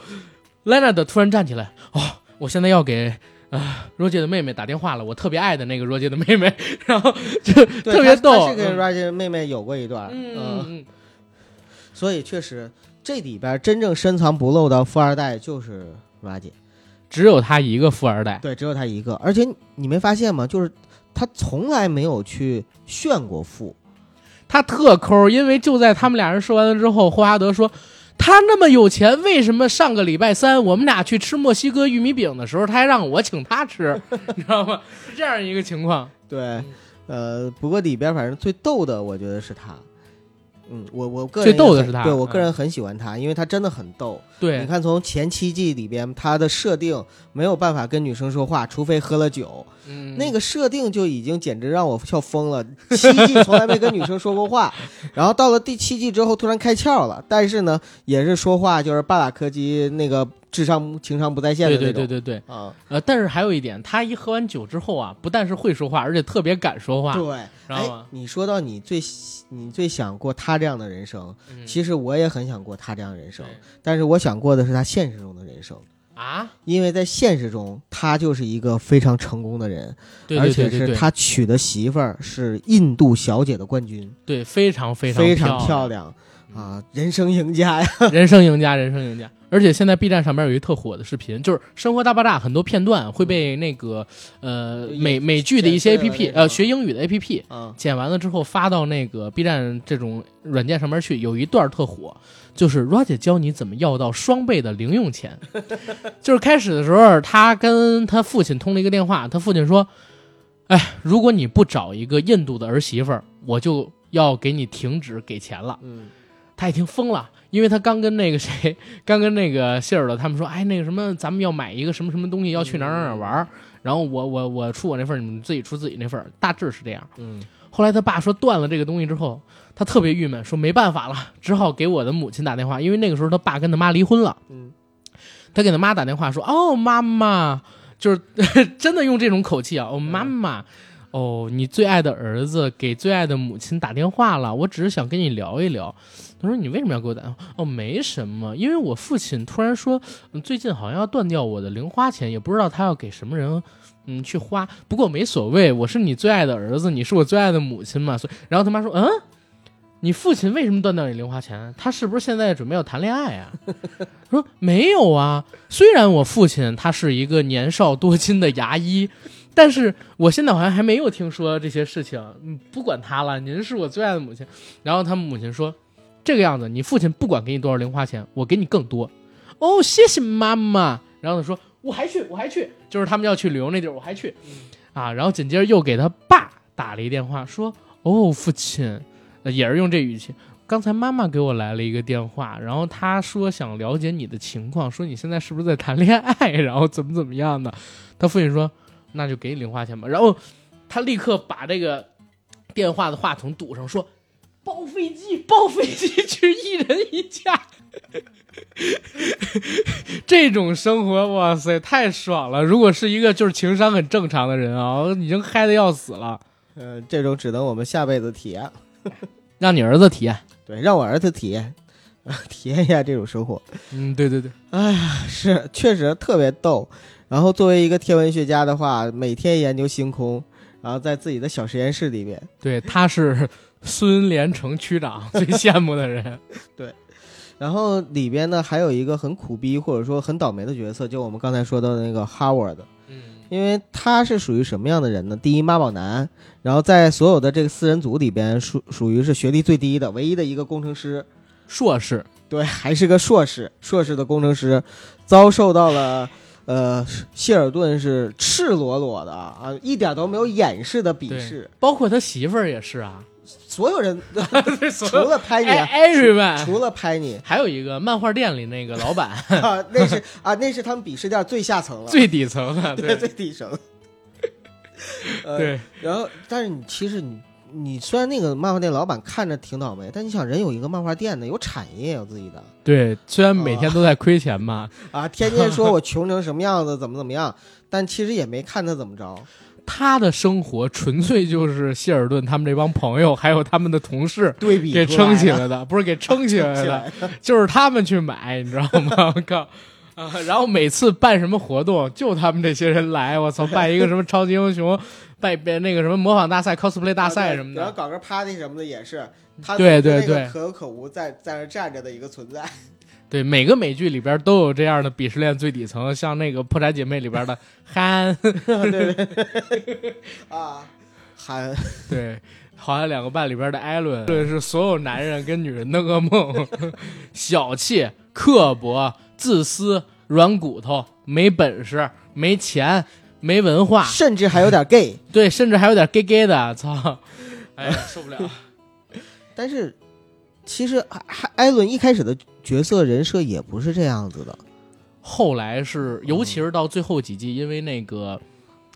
Speaker 2: Leonard 突然站起来，哦，我现在要给。”啊，若姐的妹妹打电话了，我特别爱的那个若姐的妹妹， <laughs> 然后就
Speaker 3: 嗯对
Speaker 2: 特别
Speaker 3: 他
Speaker 2: 逗
Speaker 3: 他是，
Speaker 2: 嗯
Speaker 3: 跟 Roger 妹妹有过一段，呃
Speaker 2: 嗯，嗯
Speaker 3: 所以确实这里边真正深藏不露的富二代就是 Roger，
Speaker 2: 只有她一个富二代，
Speaker 3: 对，只有他一个，而且你没发现吗？就是他从来没有去炫过富，
Speaker 2: 他特抠，因为就在他们俩人说完了之后，霍华德说。他那么有钱，为什么上个礼拜三我们俩去吃墨西哥玉米饼的时候，他还让我请他
Speaker 3: <laughs>
Speaker 2: 吃，你知道吗？是这样一个情况。
Speaker 3: 对，
Speaker 2: 嗯
Speaker 3: 呃，不过里边反正最逗的，我觉得是他。嗯，我我个人
Speaker 2: 最逗的
Speaker 3: 也很
Speaker 2: 是他
Speaker 3: 对
Speaker 2: 嗯
Speaker 3: 我个人很喜欢他，因为他真的很逗。你
Speaker 2: 对，
Speaker 3: 看，从前七季里边，他的设定没有办法跟女生说话，除非喝了酒，
Speaker 2: 嗯
Speaker 3: 那个设定就已经简直让我笑疯了。七季从来没跟女生说
Speaker 2: <laughs>
Speaker 3: 过话，然后到了第七季之后突然开窍了，但是呢，也是说话就是巴拉柯基那个智商情商不在线的
Speaker 2: 对
Speaker 3: 那种
Speaker 2: 对对对对，
Speaker 3: 啊，
Speaker 2: 呃，但是还有一点，他一喝完酒之后啊，不但是会说话，而且特别敢说话。
Speaker 3: 对。
Speaker 2: 知道
Speaker 3: 哎
Speaker 2: 吗，
Speaker 3: 你说到你最喜你最想过他这样的人生，
Speaker 2: 嗯
Speaker 3: 其实我也很想过他这样的人生
Speaker 2: 对，
Speaker 3: 但是我想过的是他现实中的人生。
Speaker 2: 啊，
Speaker 3: 因为在现实中，他就是一个非常成功的人，
Speaker 2: 对对对
Speaker 3: 而且
Speaker 2: 对
Speaker 3: 是
Speaker 2: 对，
Speaker 3: 他娶的媳妇儿是印度小姐的冠军，
Speaker 2: 对非常非常
Speaker 3: 非常
Speaker 2: 漂
Speaker 3: 漂亮啊，人生赢家呀！
Speaker 2: 人生赢家，人生赢家。而且现在 B 站上面有一特火的视频，就是《生活大爆炸》很多片段会被那个呃
Speaker 3: 就
Speaker 2: 美
Speaker 3: 也
Speaker 2: 美剧的一些
Speaker 3: 剪出来
Speaker 2: APP
Speaker 3: 那
Speaker 2: 呃
Speaker 3: 种
Speaker 2: 学英语的 APP
Speaker 3: 啊，
Speaker 2: 剪完了之后发到那个 B 站这种软件上面去，有一段特火，就是 Roger 教你怎么要到双倍的零用钱。 <laughs> 就是开始的时候，他跟他父亲通了一个电话，他父亲说：“哎，如果你不找一个印度的儿媳妇儿，我就要给你停止给钱了。”
Speaker 3: 嗯，
Speaker 2: 他已经疯了，因为他刚跟那个谁， <laughs> 刚跟那个谢尔德他们说，哎，那个什么，咱们要买一个什么什么东西，要去哪儿哪儿哪儿玩儿，然后我我我出我那份儿，你们自己出自己那份儿，大致是这样。
Speaker 3: 嗯，
Speaker 2: 后来他爸说断了这个东西之后，他特别郁闷，说没办法了，只好给我的母亲打电话，因为那个时候他爸跟他妈离婚了。
Speaker 3: 嗯，
Speaker 2: 他给他妈打电话说，哦，妈妈，就是 <laughs> 真的用这种口气啊，哦，妈妈。哦，你最爱的儿子给最爱的母亲打电话了，我只是想跟你聊一聊。他说：“你为什么要给我打电话？”哦，没什么，因为我父亲突然说，嗯最近好像要断掉我的零花钱，也不知道他要给什么人，嗯，去花。不过没所谓，我是你最爱的儿子，你是我最爱的母亲嘛。所以，然后他妈说：“嗯，你父亲为什么断掉你零花钱？他是不是现在准备要谈恋爱啊？” <laughs> 说：“没有啊，虽然我父亲他是一个年少多金的牙医。”但是我现在好像还没有听说这些事情，嗯，不管他了，您是我最爱的母亲。然后他们母亲说：“这个样子，你父亲不管给你多少零花钱，我给你更多。哦，谢谢妈妈。然后他说我还去，我还去，就是他们要去旅游那地儿，我还去。啊，然后紧接着又给他爸打了一电话，说哦，父亲，呃也是用这语气。刚才妈妈给我来了一个电话，然后她说想了解你的情况，说你现在是不是在谈恋爱，然后怎么怎么样的。他父亲说那就给你零花钱吧。然后他立刻把这个电话的话筒堵上，说报飞机，报飞机去，一人一架。这种生活，哇塞，太爽了！如果是一个就是情商很正常的人啊，我已经嗨的要死了。
Speaker 3: 呃，这种只能我们下辈子体验。
Speaker 2: 让你儿子体验。
Speaker 3: 对，让我儿子体验，呃体验一下这种生活。 <laughs>
Speaker 2: 嗯，对对对，
Speaker 3: 是，确实特别逗。然后作为一个天文学家的话，每天研究星空，然后在自己的小实验室里面。
Speaker 2: 对，他是孙连成区长最羡慕的人。
Speaker 3: 然后里边呢还有一个很苦逼或者说很倒霉的角色，就我们刚才说到的那个 Howard，
Speaker 2: 嗯，
Speaker 3: 因为他是属于什么样的人呢？第一，妈宝男，然后在所有的这个四人组里边属属于是学历最低的，唯一的一个工程师。
Speaker 2: <laughs> 硕士，
Speaker 3: 对，还是个硕士，硕士的工程师，遭受到了。呃，谢尔顿是赤裸裸的啊，一点都没有掩饰的鄙视，
Speaker 2: 包括他媳妇儿也是啊，
Speaker 3: 所有人除了拍你，
Speaker 2: e v e r y o n e
Speaker 3: 哎除了拍你
Speaker 2: 还有一个漫画店里那个老
Speaker 3: <laughs>
Speaker 2: 板
Speaker 3: 啊，那是啊，那是他们鄙视链最下层了，
Speaker 2: 最底层的，
Speaker 3: 对
Speaker 2: 对
Speaker 3: 最底层。呃，
Speaker 2: 对，
Speaker 3: 然后，但是你其实你你虽然那个漫画店老板看着挺倒霉，但你想人有一个漫画店呢，有产业有自己的
Speaker 2: 对，虽然每天都在亏钱嘛，
Speaker 3: 啊，天天说我穷成什么样子，怎么怎么样，但其实也没看他怎么着。
Speaker 2: 他的生活纯粹就是谢尔顿他们这帮朋友还有他们的同事
Speaker 3: 对比
Speaker 2: 给
Speaker 3: 出来
Speaker 2: 撑起
Speaker 3: 了
Speaker 2: 来的，不是给撑起来
Speaker 3: 起
Speaker 2: 的，
Speaker 3: 来，
Speaker 2: 就是他们去买，你知道吗？我
Speaker 3: <laughs>
Speaker 2: 靠！啊，然后每次办什么活动，就他们这些人来，我操，办一个什么超级英雄，办办那个什么模仿大赛、cosplay 大赛什么
Speaker 3: 啊然后
Speaker 2: 的，
Speaker 3: 搞个 party 什么的也是，他
Speaker 2: 对
Speaker 3: 他那
Speaker 2: 对
Speaker 3: 个
Speaker 2: 对
Speaker 3: 可有可无在在那站着的一个存在。
Speaker 2: 对，每个美剧里边都有这样的鄙视链最底层，像那个《破产姐妹》里边的 <laughs> 憨，
Speaker 3: 对对对
Speaker 2: <laughs>
Speaker 3: 啊，还
Speaker 2: 对，好像两个半里边的艾伦，这是所有男人跟女人的噩 <laughs> 梦，小气、刻薄、自私、软骨头、没本事、没钱、没文化，
Speaker 3: 甚至还有点 gay，
Speaker 2: 对，甚至还有点 gay gay 的，操！ <laughs> 哎呀，受不了。
Speaker 3: 但是其实还还艾伦一开始的角色人设也不是这样子的，
Speaker 2: <laughs> 后来是，尤其是到最后几季，因为那个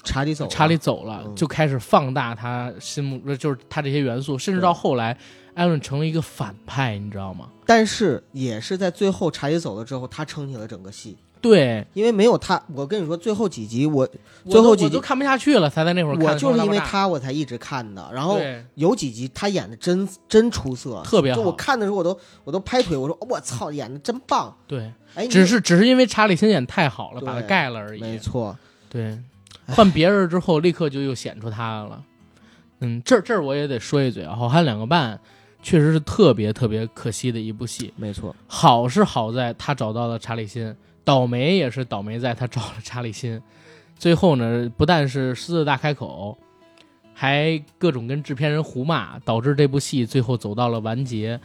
Speaker 3: 查理走了，
Speaker 2: 查理走了，
Speaker 3: 嗯
Speaker 2: 就开始放大他心目，呃就是他这些元素，甚至到后来，艾伦成了一个反派，你知道吗？
Speaker 3: 但是也是在最后查理走了之后，他撑起了整个戏，
Speaker 2: 对，
Speaker 3: 因为没有他，我跟你说最后几集我
Speaker 2: 我
Speaker 3: 最后
Speaker 2: 都
Speaker 3: 几
Speaker 2: 我
Speaker 3: 集
Speaker 2: 都看不下去了，才在那会儿看。
Speaker 3: 我就是因为，他我才一直看的，然后。
Speaker 2: 对，
Speaker 3: 有几集他演的真真出色，
Speaker 2: 特别
Speaker 3: 就
Speaker 2: 好
Speaker 3: 我看的时候我都我都拍腿，我说哦我操，演的真棒！
Speaker 2: 对，
Speaker 3: 哎，你
Speaker 2: 只是只是因为查理心眼太好了，
Speaker 3: 对
Speaker 2: 把他盖了而
Speaker 3: 没
Speaker 2: 已。
Speaker 3: 错，
Speaker 2: 对，
Speaker 3: 唉
Speaker 2: 换别人之后，立刻就又显出他了。嗯，这这儿我也得说一嘴啊，《好汉两个半》确实是特别特别可惜的一部戏。
Speaker 3: 没错，
Speaker 2: 好是好在他找到了查理辛，倒霉也是倒霉在他找了查理辛。最后呢，不但是狮子大开口，还各种跟制片人胡骂，导致这部戏最后走到了完结。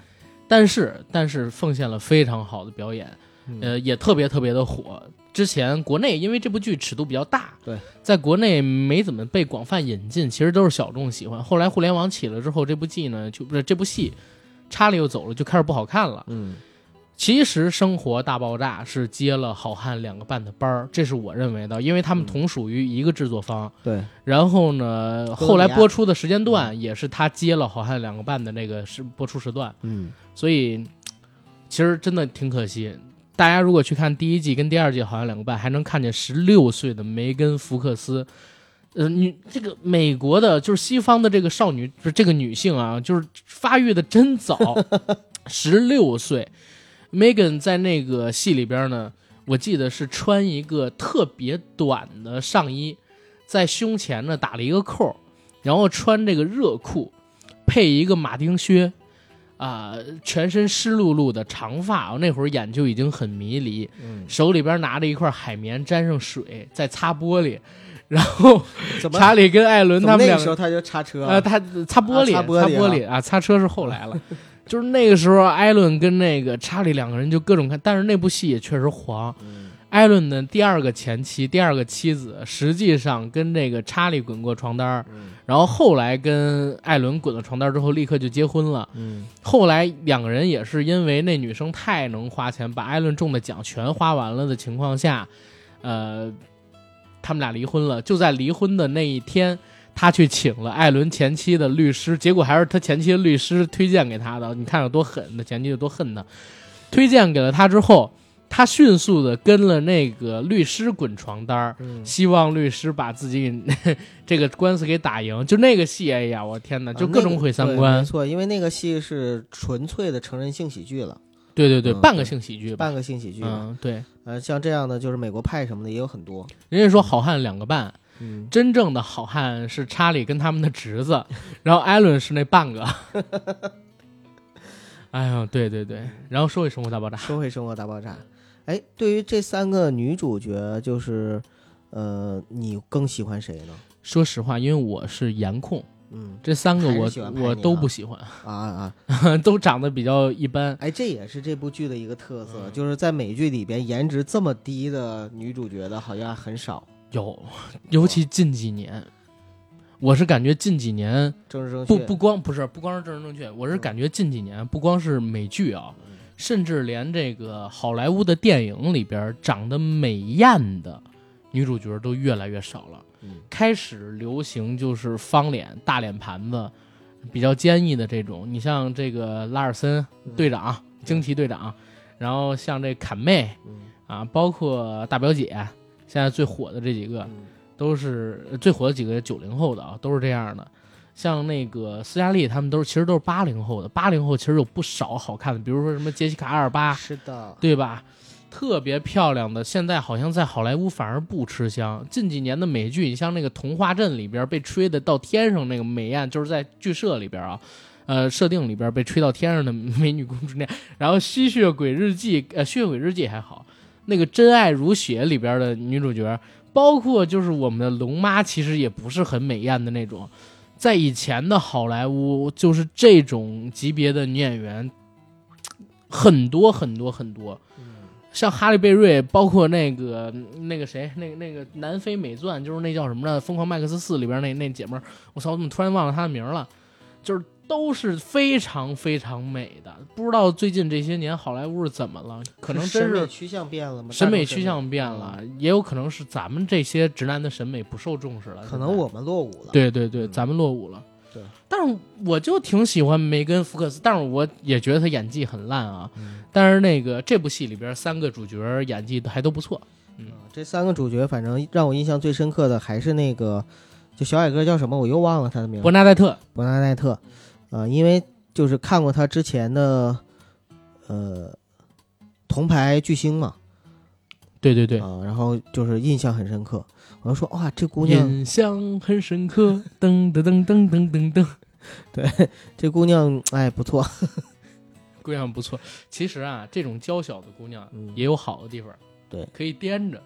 Speaker 2: 但是，但是奉献了非常好的表演，
Speaker 3: 嗯
Speaker 2: 呃，也特别特别的火。之前国内因为这部剧尺度比较大，
Speaker 3: 对，
Speaker 2: 在国内没怎么被广泛引进，其实都是小众喜欢。后来互联网起了之后，这部剧呢就不是这部戏，查理又走了，就开始不好看了。
Speaker 3: 嗯，
Speaker 2: 其实《生活大爆炸》是接了《好汉两个半》的班儿，这是我认为的，因为他们同属于一个制作方。
Speaker 3: 对，
Speaker 2: 然后呢，
Speaker 3: 哥
Speaker 2: 后来
Speaker 3: 伦比亚
Speaker 2: 播出的时间段也是他接了《好汉两个半》的那个时播出时段，
Speaker 3: 嗯，
Speaker 2: 所以其实真的挺可惜。大家如果去看第一季跟第二季《好汉两个半》，还能看见十六岁的梅根·福克斯。呃，女这个美国的，就是西方的这个少女，就是这个女性啊，就是发育的真早，十六岁。Megan 在那个戏里边呢，我记得是穿一个特别短的上衣，在胸前呢打了一个扣，然后穿这个热裤，配一个马丁靴，啊、全身湿漉漉的长发，我那会儿眼就已经很迷离，
Speaker 3: 嗯
Speaker 2: 手里边拿着一块海绵沾上水在擦玻璃，然后
Speaker 3: 怎么
Speaker 2: 查理跟艾伦
Speaker 3: 怎
Speaker 2: 他
Speaker 3: 么
Speaker 2: 们
Speaker 3: 那
Speaker 2: 两
Speaker 3: 个
Speaker 2: 个
Speaker 3: 时候他就叉车了？
Speaker 2: 呃，他擦玻璃，
Speaker 3: 啊擦玻璃啊
Speaker 2: 璃啊，擦车是后来了。 <laughs> 就是那个时候，艾伦跟那个查理两个人就各种看，但是那部戏也确实黄。
Speaker 3: 嗯
Speaker 2: 艾伦的第二个前妻、第二个妻子，实际上跟那个查理滚过床单儿，
Speaker 3: 嗯
Speaker 2: 然后后来跟艾伦滚了床单儿之后，立刻就结婚了。
Speaker 3: 嗯，
Speaker 2: 后来两个人也是因为那女生太能花钱，把艾伦中的奖全花完了的情况下，呃，他们俩离婚了。就在离婚的那一天，他去请了艾伦前妻的律师，结果还是他前妻的律师推荐给他的。你看有多狠，他前妻有多恨他。推荐给了他之后，他迅速的跟了那个律师滚床单儿，
Speaker 3: 嗯
Speaker 2: 希望律师把自己给这个官司给打赢。就那个戏，哎呀，我天哪，就
Speaker 3: 啊
Speaker 2: 各
Speaker 3: 那
Speaker 2: 种
Speaker 3: 个
Speaker 2: 毁三
Speaker 3: 对
Speaker 2: 观
Speaker 3: 没。错，因为那个戏是纯粹的成人性喜剧了，
Speaker 2: 对对对，
Speaker 3: 嗯
Speaker 2: 半个
Speaker 3: 对
Speaker 2: 性喜剧吧。
Speaker 3: 半个性喜剧。
Speaker 2: 嗯，对，
Speaker 3: 呃，像这样的就是美国派什么的也有很多。
Speaker 2: 人家说好汉两个半，
Speaker 3: 嗯，
Speaker 2: 真正的好汉是查理跟他们的侄子，
Speaker 3: <laughs>
Speaker 2: 然后艾伦是那半个。哎呦，对对对，然后说回《生活大爆炸》，
Speaker 3: 说回《生活大爆炸》，哎，对于这三个女主角，就是呃，你更喜欢谁呢？
Speaker 2: 说实话，因为我是颜控，
Speaker 3: 嗯
Speaker 2: 这三个
Speaker 3: 还是
Speaker 2: 我
Speaker 3: 喜欢排
Speaker 2: 我
Speaker 3: 你
Speaker 2: 都
Speaker 3: 啊
Speaker 2: 不喜欢， <laughs>
Speaker 3: 啊啊，
Speaker 2: 都长得比较一般。
Speaker 3: 哎，这也是这部剧的一个特
Speaker 2: 嗯
Speaker 3: 色，就是在美剧里边颜值这么低的女主角的好像很少。
Speaker 2: 有，尤其近几年，我是感觉近几年
Speaker 3: 政治正确
Speaker 2: 不不光不是不光是政治正确，我是
Speaker 3: 嗯
Speaker 2: 感觉近几年不光是美剧啊
Speaker 3: 嗯，
Speaker 2: 甚至连这个好莱坞的电影里边长得美艳的女主角都越来越少了。
Speaker 3: 嗯
Speaker 2: 开始流行就是方脸、大脸盘子，比较坚毅的这种。你像这个拉尔森
Speaker 3: 嗯
Speaker 2: 队长、啊惊奇队长，然后像这侃妹
Speaker 3: 嗯
Speaker 2: 啊，包括大表姐，现在最火的这几个，
Speaker 3: 嗯
Speaker 2: 都是呃最火的几个九零后的啊，都是这样的。像那个斯嘉丽，他们都是其实都是八零后的，八零后其实有不少好看的，比如说什么杰西卡·阿尔巴，
Speaker 3: 是的，
Speaker 2: 对吧？特别漂亮的，现在好像在好莱坞反而不吃香。近几年的美剧，你像那个《童话镇》里边被吹的到天上那个美艳，就是在剧社里边啊，呃，设定里边被吹到天上的 <laughs> 美女公主那样。然后《吸血鬼日记》呃，《吸血鬼日记》还好，那个《真爱如血》里边的女主角，包括就是我们的龙妈，其实也不是很美艳的那种。在以前的好莱坞，就是这种级别的女演员很多很多很多。像哈利贝瑞，包括那个那个谁，那个那个南非美钻，就是那叫什么呢？《疯狂麦克斯四》里边那那姐们儿，我操，我怎么突然忘了她的名儿了？就是都是非常非常美的，不知道最近这些年好莱坞是怎么了？可能真
Speaker 3: 审美
Speaker 2: 是
Speaker 3: 趋向变了吗？
Speaker 2: 审美
Speaker 3: 大众嗯
Speaker 2: 趋向变了，也有可能是咱们这些直男的审美不受重视了。
Speaker 3: 可能
Speaker 2: 现在
Speaker 3: 我们落伍了。，
Speaker 2: 对对对，
Speaker 3: 嗯
Speaker 2: 咱们落伍了。
Speaker 3: 对，
Speaker 2: 但是我就挺喜欢梅根·福克斯，但是我也觉得她演技很烂啊。
Speaker 3: 嗯
Speaker 2: 但是那个这部戏里边三个主角演技还都不错。
Speaker 3: 啊这三个主角，反正让我印象最深刻的还是那个，就小矮个叫什么，我又忘了他的名
Speaker 2: 伯
Speaker 3: 字，
Speaker 2: 纳戴特，
Speaker 3: 伯纳奈特。呃，因为就是看过他之前的，呃，铜牌巨星嘛，
Speaker 2: 对对对，
Speaker 3: 啊，然后就是印象很深刻。我就说哇，这姑娘， <laughs>
Speaker 2: 印象很深刻。噔噔噔噔噔噔噔， <laughs>
Speaker 3: 这姑娘，哎，不错，
Speaker 2: 姑娘不错。其实啊，这种娇小的姑娘
Speaker 3: 嗯
Speaker 2: 也有好的地方，
Speaker 3: 对
Speaker 2: 可以掂着。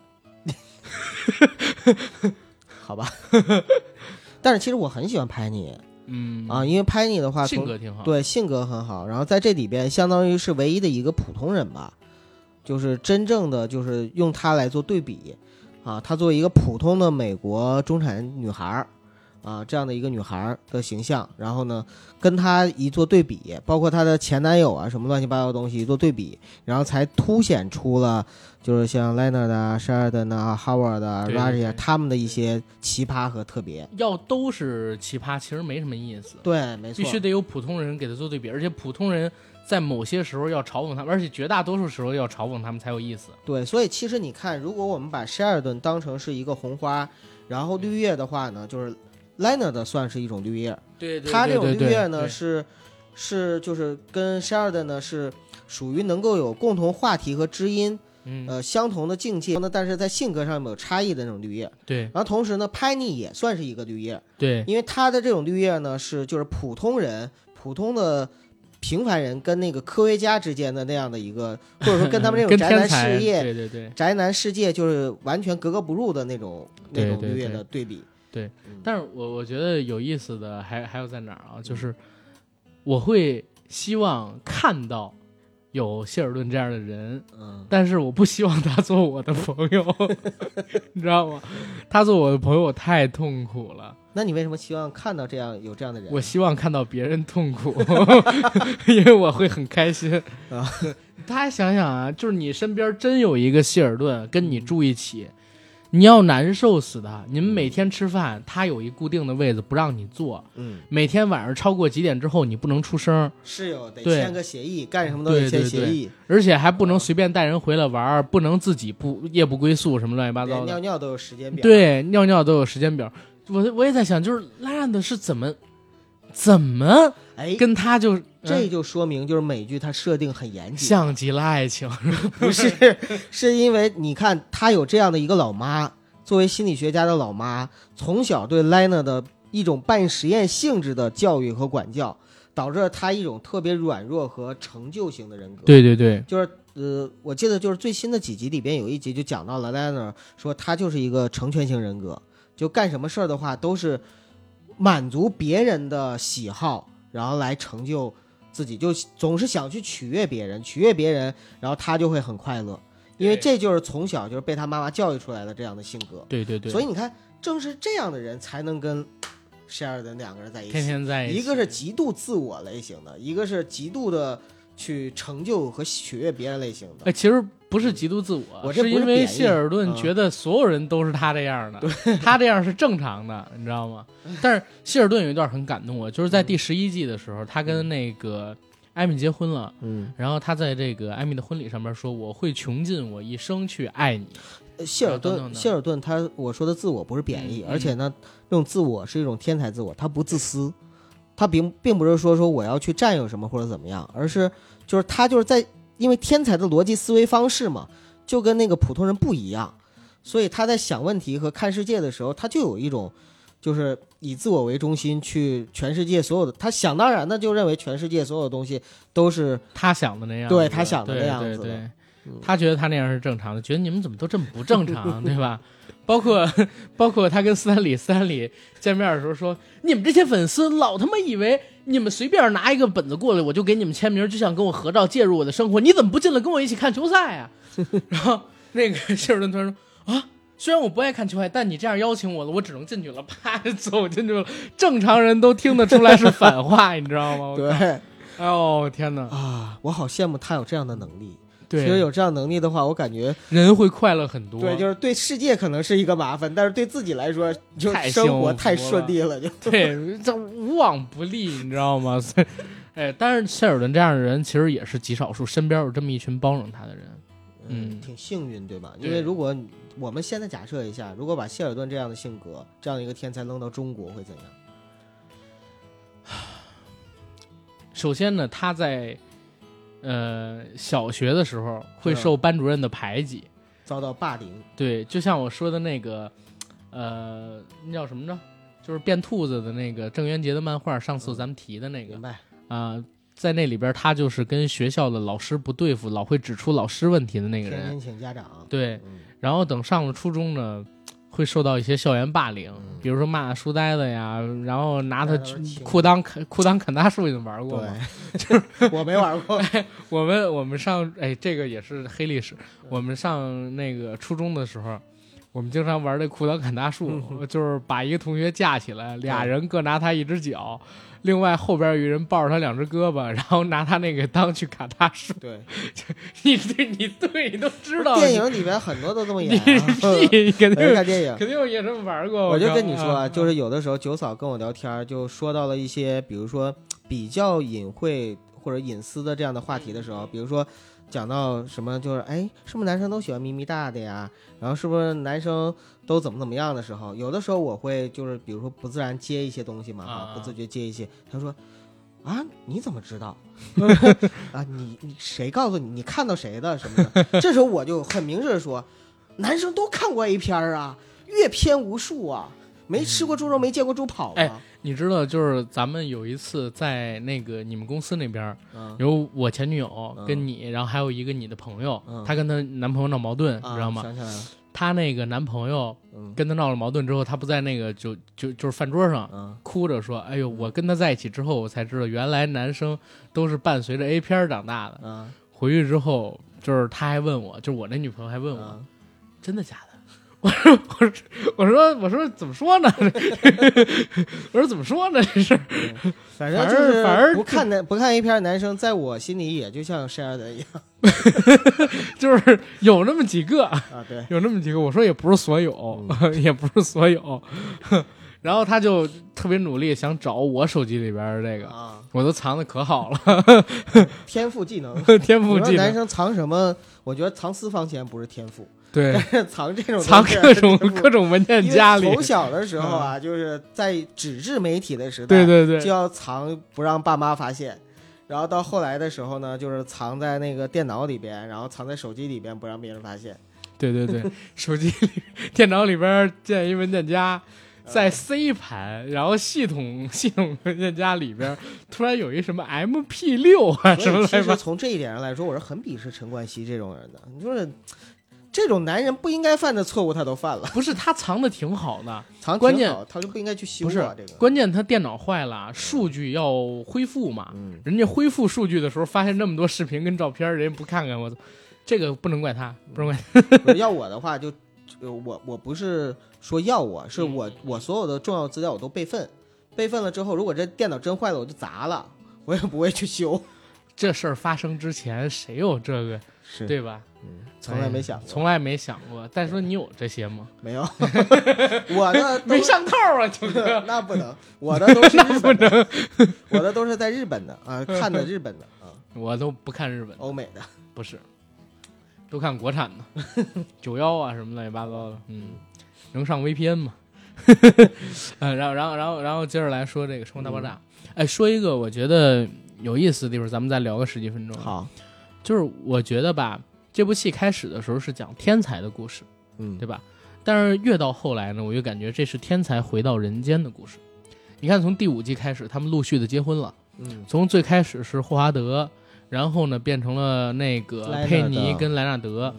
Speaker 3: 好吧。 <laughs> 但是其实我很喜欢拍你
Speaker 2: 嗯
Speaker 3: 啊，，因为拍你的话，
Speaker 2: 性
Speaker 3: 从
Speaker 2: 格挺好。，
Speaker 3: 对，性格很好。然后在这里边，相当于是唯一的一个普通人吧，就是真正的就是用她来做对比啊，她作为一个普通的美国中产女孩儿啊这样的一个女孩儿的形象，然后呢跟她一做对比，包括她的前男友啊什么乱七八糟的东西一做对比，然后才凸显出了就是像 Leonard 啊、Sheridan 啊、Howard 啊、
Speaker 2: 对
Speaker 3: r
Speaker 2: 对
Speaker 3: a j
Speaker 2: 对
Speaker 3: a 他们的一些奇葩和特别。
Speaker 2: 要都是奇葩，其实没什么意思。
Speaker 3: 对，没错，
Speaker 2: 必须得有普通人给他做对比，而且普通人在某些时候要嘲讽他们，而且绝大多数时候要嘲讽他们才有意思。
Speaker 3: 对，所以其实你看，如果我们把 Sheridan 当成是一个红花，然后绿叶的话呢，就是 Leonard 算是一种绿叶，
Speaker 2: 对
Speaker 3: 他这种绿叶呢是是就是跟 Sheridan 呢是属于能够有共同话题和知音，
Speaker 2: 嗯，
Speaker 3: 呃，相同的境界，那但是在性格上面有差异的那种绿叶。
Speaker 2: 对
Speaker 3: 然后同时呢，Penny 也算是一个绿叶，
Speaker 2: 对
Speaker 3: 因为他的这种绿叶呢是就是普通人普通的。平凡人跟那个科学家之间的那样的一个，或者说跟他们这种
Speaker 2: 嗯 <laughs> 跟
Speaker 3: 宅
Speaker 2: 天
Speaker 3: 男
Speaker 2: 才，
Speaker 3: 事业
Speaker 2: 对对对。
Speaker 3: 宅男世界就是完全格格不入的那种那种
Speaker 2: 对对
Speaker 3: 绿叶的对比。
Speaker 2: 但是我我觉得有意思的还还有在哪儿啊？就是我会希望看到有谢尔顿这样的人，
Speaker 3: 嗯，
Speaker 2: 但是我不希望他做我的朋友， <laughs> 你知道吗？他做我的朋友，我太痛苦了。
Speaker 3: 那你为什么希望看到这样有这样的人？
Speaker 2: 我希望看到别人痛苦， <laughs> 因为我会很开心
Speaker 3: 啊。
Speaker 2: 大家想想啊，就是你身边真有一个希尔顿跟你住一起，
Speaker 3: 嗯
Speaker 2: 你要难受死他。你们每天吃饭，他有一固定的位子不让你坐，
Speaker 3: 嗯，
Speaker 2: 每天晚上超过几点之后你不能出声，
Speaker 3: 室友得
Speaker 2: 对
Speaker 3: 签个协议，干什么都得
Speaker 2: 对对
Speaker 3: 签协议，
Speaker 2: 而且还不能随便带人回来玩儿，不能自己不夜不归宿什么乱七八糟
Speaker 3: 连尿
Speaker 2: 的。
Speaker 3: 尿都有时间表。，
Speaker 2: 对，尿尿都有时间表。我我也在想，就是拉拉的是怎么怎么
Speaker 3: 哎，
Speaker 2: 跟他就
Speaker 3: 这
Speaker 2: 嗯
Speaker 3: 就说明就是美剧它设定很严谨，
Speaker 2: 像极了爱情。<laughs>
Speaker 3: 不是是因为你看他有这样的一个老妈，作为心理学家的老妈，从小对 Lena 的一种半实验性质的教育和管教，导致了他一种特别软弱和成就型的人格。
Speaker 2: 对对对，
Speaker 3: 就是呃，我记得就是最新的几集里边有一集就讲到了 l e n a 说他就是一个成全型人格，就干什么事儿的话都是满足别人的喜好，然后来成就自己，就总是想去取悦别人，取悦别人，然后他就会很快乐，因为
Speaker 2: 对
Speaker 3: 这就是从小就是被他妈妈教育出来的这样的性格。
Speaker 2: 对对对，
Speaker 3: 所以你看，正是这样的人才能跟 Sheridan 两个人在一起，
Speaker 2: 天天在
Speaker 3: 一
Speaker 2: 起
Speaker 3: 个是极度自我类型的，一个是极度的去成就和取悦别人类型的。
Speaker 2: 哎，其实不是极度自我，
Speaker 3: 我
Speaker 2: 是
Speaker 3: 这不
Speaker 2: 因
Speaker 3: 是
Speaker 2: 为
Speaker 3: 贬义
Speaker 2: 谢尔顿
Speaker 3: 嗯
Speaker 2: 觉得所有人都是他这样的，他这样是正常的，你知道吗？但是谢尔顿有一段很感动我，就是在第十一季的时候，他跟那个艾米结婚了。
Speaker 3: 嗯，
Speaker 2: 然后他在这个艾米的婚礼上面说：“我会穷尽我一生去爱你。
Speaker 3: 呃谢尔
Speaker 2: 啊等等
Speaker 3: 顿，
Speaker 2: 等
Speaker 3: 谢尔顿他我说的自我不是贬义，
Speaker 2: 嗯嗯
Speaker 3: 而且呢，这种自我是一种天才自我，他不自私，他并并不是说说我要去占有什么或者怎么样，而是就是他就是在因为天才的逻辑思维方式嘛，就跟那个普通人不一样，所以他在想问题和看世界的时候，他就有一种就是以自我为中心去全世界所有的，他想当然的就认为全世界所有的东西都是”
Speaker 2: 他想的那样子，
Speaker 3: 对他想的
Speaker 2: 对
Speaker 3: 那样
Speaker 2: 对
Speaker 3: 子的
Speaker 2: 对
Speaker 3: 嗯
Speaker 2: 他觉得他那样是正常的，觉得你们怎么都这么不正常， <laughs> 对吧？包括 <laughs> 包括他跟斯坦李斯坦李见面的时候说，你们这些粉丝老他妈以为你们随便拿一个本子过来，我就给你们签名，就想跟我合照，介入我的生活，你怎么不进来跟我一起看球赛啊？ <laughs> 然后那个谢尔顿突然说啊。虽然我不爱看球赛，但你这样邀请我了，我只能进去了，啪就走进去了。正常人都听得出来是反话，你知道吗？我靠，
Speaker 3: 对
Speaker 2: 哎呦天哪！
Speaker 3: 啊，我好羡慕他有这样的能力。
Speaker 2: 对，
Speaker 3: 其实有这样能力的话，我感觉
Speaker 2: 人会快乐很多。
Speaker 3: 对，就是对世界可能是一个麻烦，但是对自己来说，就
Speaker 2: 太
Speaker 3: 生活
Speaker 2: 幸福
Speaker 3: 太
Speaker 2: 了
Speaker 3: 顺利了，就
Speaker 2: 对，这无往不利，你知道吗？ <laughs> 所以，哎，但是谢尔顿这样的人其实也是极少数，身边有这么一群包容他的人。嗯
Speaker 3: 挺幸运，对吧？
Speaker 2: 对
Speaker 3: 因为如果我们现在假设一下，如果把谢尔顿这样的性格、这样一个天才扔到中国会怎样？
Speaker 2: 首先呢，他在呃小学的时候
Speaker 3: 嗯
Speaker 2: 会受班主任的排挤，
Speaker 3: 遭到霸凌，
Speaker 2: 对，就像我说的那个，呃，那叫什么着？就是变兔子的那个郑渊洁的漫画，上次咱们提的那个
Speaker 3: 明白？
Speaker 2: 啊、在那里边他就是跟学校的老师不对付，老会指出老师问题的那个
Speaker 3: 天
Speaker 2: 人。
Speaker 3: 天请家长，
Speaker 2: 对，
Speaker 3: 嗯，
Speaker 2: 然后等上了初中呢，会受到一些校园霸凌
Speaker 3: 嗯，
Speaker 2: 比如说骂书呆子呀，然后拿他
Speaker 3: 拿他
Speaker 2: 去
Speaker 3: 亲
Speaker 2: 裤裆啃裤裆啃大树，你们玩过
Speaker 3: <laughs>
Speaker 2: 吗？
Speaker 3: 对，我没玩
Speaker 2: <laughs>
Speaker 3: 过，
Speaker 2: 我们我们上哎，这个也是黑历史。我们上那个初中的时候。我们经常玩这裤裆砍大树，<laughs>
Speaker 3: 嗯
Speaker 2: 就是把一个同学架起来，俩人各拿他一只脚，另外后边有一人抱着他两只胳膊，然后拿他那个裆去砍大树。 <laughs>
Speaker 3: 对，
Speaker 2: 你对，你对，你都知道。
Speaker 3: 电影里面很多都这么
Speaker 2: 你
Speaker 3: 演、
Speaker 2: 你
Speaker 3: 啊，
Speaker 2: 你肯
Speaker 3: 我就
Speaker 2: 定
Speaker 3: 看电影。
Speaker 2: 肯定也这么玩过。
Speaker 3: 我就
Speaker 2: 靠
Speaker 3: 跟你说
Speaker 2: 啊
Speaker 3: 啊，就是有的时候九嫂跟我聊天儿，就说到了一些，比如说比较隐晦或者隐私的这样的话题的时候，比如说讲到什么，就是哎，是不是男生都喜欢咪咪大的呀？然后是不是男生都怎么怎么样的时候，有的时候我会就是比如说不自然接一些东西嘛，
Speaker 2: 啊啊
Speaker 3: 不自觉接一些，他说。啊！你怎么
Speaker 2: <laughs>
Speaker 3: 知道？啊，你你谁告诉你？你看到谁的什么的？ <laughs> 这时候我就很明确的说，男生都看过 A 片儿啊，阅片无数啊，没吃过猪肉没见过猪跑
Speaker 2: 哎
Speaker 3: 啊。
Speaker 2: 你知道，就是咱们有一次在那个你们公司那边儿，
Speaker 3: 嗯，
Speaker 2: 有我前女友
Speaker 3: 嗯
Speaker 2: 跟你，然后还有一个你的朋友
Speaker 3: 嗯，
Speaker 2: 她跟她男朋友闹矛盾，嗯哎你
Speaker 3: 啊
Speaker 2: 知道吗？
Speaker 3: 想起来了，
Speaker 2: 她那个男朋友
Speaker 3: 嗯
Speaker 2: 跟她闹了矛盾之后，她不在那个就就就是饭桌上。
Speaker 3: 嗯，
Speaker 2: 哭着说：“哎呦，我跟他在一起之后，我才知道原来男生都是伴随着 A 片儿长大的。
Speaker 3: 啊
Speaker 2: 回去之后，就是她还问我，就是我那女朋友还问我，
Speaker 3: 啊，
Speaker 2: 真的假 <laughs> 的？我说我说我说我说怎么说呢？ <laughs> 我说怎么说呢？这是
Speaker 3: 反正
Speaker 2: 反而
Speaker 3: 就是
Speaker 2: 反而
Speaker 3: 不看男不看 A 片的男生，在我心里也就像 s h e r d 一样
Speaker 2: <laughs> 就是有那么几个，
Speaker 3: 啊，
Speaker 2: <laughs>
Speaker 3: 对，
Speaker 2: 有那么几个。我说也不是所有，<laughs>
Speaker 3: 嗯
Speaker 2: 也不是所有。然后他就特别努力想找我手机里边的这个，
Speaker 3: 啊，
Speaker 2: 我都藏的可好了， <laughs>
Speaker 3: 天赋技能。
Speaker 2: 天
Speaker 3: 你
Speaker 2: 赋
Speaker 3: 说
Speaker 2: 技
Speaker 3: 男
Speaker 2: 能，
Speaker 3: 生藏什么？我觉得藏私房钱不是天赋， <laughs>
Speaker 2: 对，
Speaker 3: 藏这种东西
Speaker 2: 藏各种
Speaker 3: 是天赋
Speaker 2: 各种文件
Speaker 3: 因为
Speaker 2: 夹里，嗯
Speaker 3: 从小的时候啊，就是在纸质媒体的时
Speaker 2: 对
Speaker 3: 代，
Speaker 2: 对对
Speaker 3: 就要藏不让爸妈发现。然后到后来的时候呢，就是藏在那个电脑里边，然后藏在手机里边，不让别人发现。
Speaker 2: 对对对，手机里、电脑里边建一文件夹，在
Speaker 3: 嗯
Speaker 2: C 盘，然后系统系统文件夹里边突然有一什么 MP <laughs> 六啊什
Speaker 3: 所
Speaker 2: 么
Speaker 3: 以
Speaker 2: 来
Speaker 3: 其实
Speaker 2: 着？ <laughs>
Speaker 3: 从这一点上来说，我是很鄙视陈冠希这种人的。你说是这种男人不应该犯的错误他都犯了，
Speaker 2: 不是他藏的挺好的，
Speaker 3: 藏
Speaker 2: 关
Speaker 3: 挺
Speaker 2: 键
Speaker 3: 好他就不应该去修
Speaker 2: 不是
Speaker 3: 啊，这个。
Speaker 2: 关键他电脑坏了，数据要恢复嘛。
Speaker 3: 嗯，
Speaker 2: 人家恢复数据的时候发现那么多视频跟照片，人家不看看我，操，这个不能怪他，不能怪他。
Speaker 3: 不是要我的话就，呃我我不是说要我，是我我所有的重要资料我都备份，备份了之后，如果这电脑真坏了，我就砸了，我也不会去修。
Speaker 2: 这事儿发生之前谁有这个，
Speaker 3: 是，
Speaker 2: 对吧？
Speaker 3: 嗯，从来没想
Speaker 2: 哎
Speaker 3: 过，
Speaker 2: 从来没想过。但说你有这些吗？
Speaker 3: 没有，我的都
Speaker 2: 没上套啊，九哥。
Speaker 3: 那不能，我的都是日本的，我的都是在日本的啊，看的日本的啊，
Speaker 2: 我都不看日本，
Speaker 3: 欧美的。
Speaker 2: 不是，都看国产的， <laughs> 九幺啊什么乱七八糟的，嗯，能上 VPN 吗？ <laughs> 呃，然后然后然后然后接着来说这个《生活大爆炸》哎，说一个我觉得有意思的地方，咱们再聊个十几分钟。，
Speaker 3: 好，
Speaker 2: 就是我觉得吧，这部戏开始的时候是讲天才的故事，
Speaker 3: 嗯
Speaker 2: 对吧？但是越到后来呢，我就感觉这是天才回到人间的故事。你看，从第五季开始，他们陆续的结婚了。
Speaker 3: 嗯，
Speaker 2: 从最开始是霍华德，然后呢变成了那个
Speaker 3: 莱纳德嗯
Speaker 2: 佩妮跟莱纳德，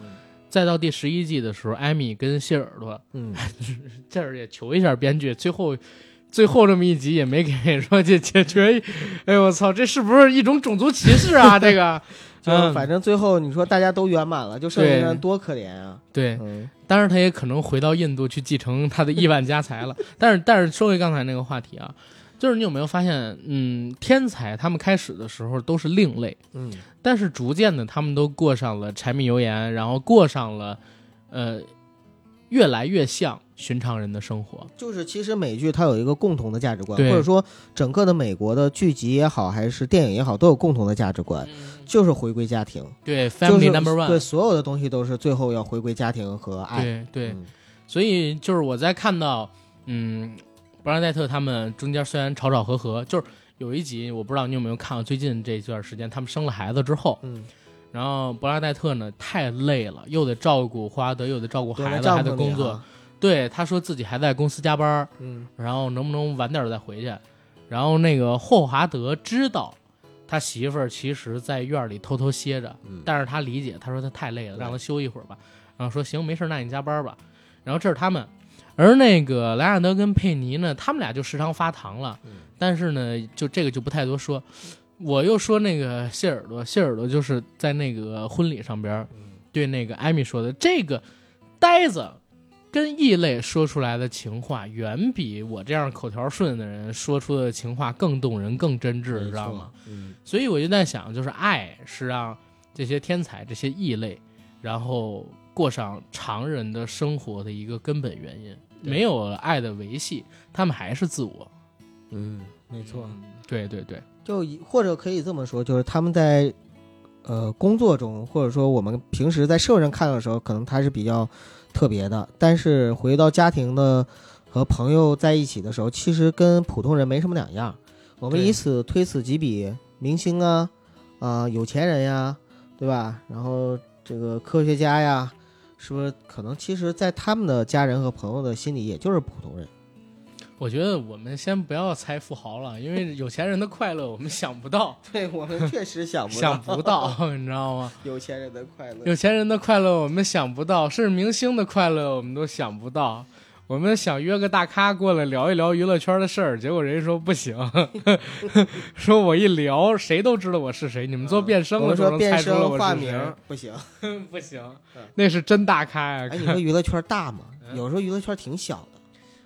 Speaker 2: 再到第十一季的时候，艾米跟谢耳朵，
Speaker 3: 嗯，
Speaker 2: 这儿也求一下编剧，最后最后这么一集也没给说这解
Speaker 3: <laughs>
Speaker 2: 决，哎呦我操，这是不是一种种族歧视啊？这个，
Speaker 3: 就
Speaker 2: 嗯，
Speaker 3: 反正最后你说大家都圆满了，就剩下
Speaker 2: 对
Speaker 3: 人多可怜啊。
Speaker 2: 对，
Speaker 3: 嗯
Speaker 2: 当然他也可能回到印度去继承他的亿万家财
Speaker 3: <laughs>
Speaker 2: 了。但是，但是说回刚才那个话题啊，就是你有没有发现，嗯，天才他们开始的时候都是另类。
Speaker 3: 嗯
Speaker 2: 但是逐渐的，他们都过上了柴米油盐，然后过上了，呃，越来越像寻常人的生活。
Speaker 3: 就是其实美剧它有一个共同的价值观，
Speaker 2: 对
Speaker 3: 或者说整个的美国的剧集也好，还是电影也好，都有共同的价值观，就是回归家庭
Speaker 2: 对
Speaker 3: 就是
Speaker 2: 嗯，Family Number One，哎
Speaker 3: 对所有的东西都是最后要回归家庭和爱。
Speaker 2: 对对
Speaker 3: 嗯
Speaker 2: 所以就是我在看到，嗯，布拉德戴特他们中间虽然吵吵和和，就是有一集我不知道你有没有看过，最近这段时间他们生了孩子之后，
Speaker 3: 嗯，
Speaker 2: 然后布拉德戴特呢太累了，又得照顾霍华德，又得照顾
Speaker 3: 有了
Speaker 2: 孩子，
Speaker 3: 帐
Speaker 2: 还得
Speaker 3: 篷
Speaker 2: 工
Speaker 3: 里
Speaker 2: 作
Speaker 3: 啊，。
Speaker 2: 对，他说自己还在公司加班儿。
Speaker 3: 嗯
Speaker 2: 然后能不能晚点儿再回去？然后那个霍华德知道他媳妇儿其实在院儿里偷偷歇着，
Speaker 3: 嗯，
Speaker 2: 但是他理解，他说他太累了，
Speaker 3: 对
Speaker 2: 让他休一会儿吧。然后说行，没事儿，那你加班吧。然后这是他们，而那个莱昂纳德跟佩妮呢，他们俩就时常发糖了，
Speaker 3: 嗯
Speaker 2: 但是呢，就这个就不太多说。我又说那个谢耳朵，谢耳朵就是在那个婚礼上边儿
Speaker 3: 嗯
Speaker 2: 对那个艾米说的，这个呆子跟异类说出来的情话，远比我这样口条顺的人说出的情话更动人、更真挚，
Speaker 3: 没
Speaker 2: 知道
Speaker 3: 错
Speaker 2: 吗？？
Speaker 3: 嗯，
Speaker 2: 所以我就在想，就是爱是让这些天才、这些异类，然后过上常人的生活的一个根本原因。
Speaker 3: 对
Speaker 2: 没有了爱的维系，他们还是自我。
Speaker 3: 嗯，没错。
Speaker 2: 对对对，
Speaker 3: 就以或者可以这么说，就是他们在呃工作中，或者说我们平时在社会上看到的时候，可能他是比较特别的，但是回到家庭的和朋友在一起的时候，其实跟普通人没什么两样。我们
Speaker 2: 对
Speaker 3: 以此推此及彼，明星啊，啊、有钱人呀，对吧？然后这个科学家呀，是不是可能其实，在他们的家人和朋友的心里，也就是普通人。
Speaker 2: 我觉得我们先不要猜富豪了，因为有钱人的快乐我们想不到，
Speaker 3: 对我们确实想不到，
Speaker 2: 想不到， <laughs> 你知道吗？
Speaker 3: 有钱人的快乐。
Speaker 2: 有钱人的快乐我们想不到，甚至明星的快乐我们都想不到。我们想约个大咖过来聊一聊娱乐圈的事儿，结果人家说不
Speaker 3: <laughs>
Speaker 2: 行，说我一聊谁都知道我是谁，你们做变声
Speaker 3: 嗯我
Speaker 2: 的
Speaker 3: 们
Speaker 2: 时候
Speaker 3: 说
Speaker 2: 能
Speaker 3: 变
Speaker 2: 猜出来
Speaker 3: 声
Speaker 2: 我
Speaker 3: 化
Speaker 2: 是
Speaker 3: 名
Speaker 2: 谁
Speaker 3: 儿，
Speaker 2: <laughs>
Speaker 3: 不行。
Speaker 2: 不行
Speaker 3: 嗯，
Speaker 2: 那是真大咖呀、
Speaker 3: 哎，你说娱乐圈大吗？有时候娱乐圈挺小的。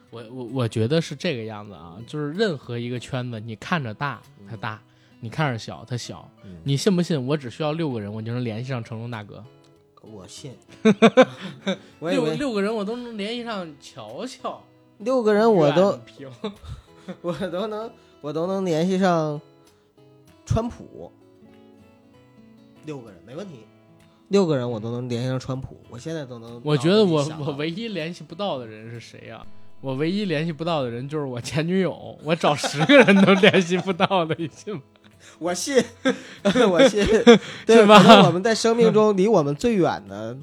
Speaker 2: 我我我觉得是这个样子啊，就是任何一个圈子，你看着大它大，
Speaker 3: 嗯
Speaker 2: 你看着小它小，你信不信？我只需要六个人，我就能联系上成龙大哥，<laughs>
Speaker 3: 我信，我以
Speaker 2: 六
Speaker 3: 为
Speaker 2: 六个人我都能联系上乔乔，
Speaker 3: 六个人我都
Speaker 2: 阮平。啊
Speaker 3: 我都能我都能联系上川普，六个人没问题，六个人我都能联系上川普，我现在都能。
Speaker 2: 我觉得我
Speaker 3: 脑子里想
Speaker 2: 我
Speaker 3: 到
Speaker 2: 唯一联系不到的人是谁呀、我唯一联系不到的人就是我前女友，我找十个人都联系不到的，你 <laughs> 信吗？
Speaker 3: 我信，
Speaker 2: <laughs>
Speaker 3: 我信，对
Speaker 2: 是吧
Speaker 3: 可能我们在生命中离我们最远的、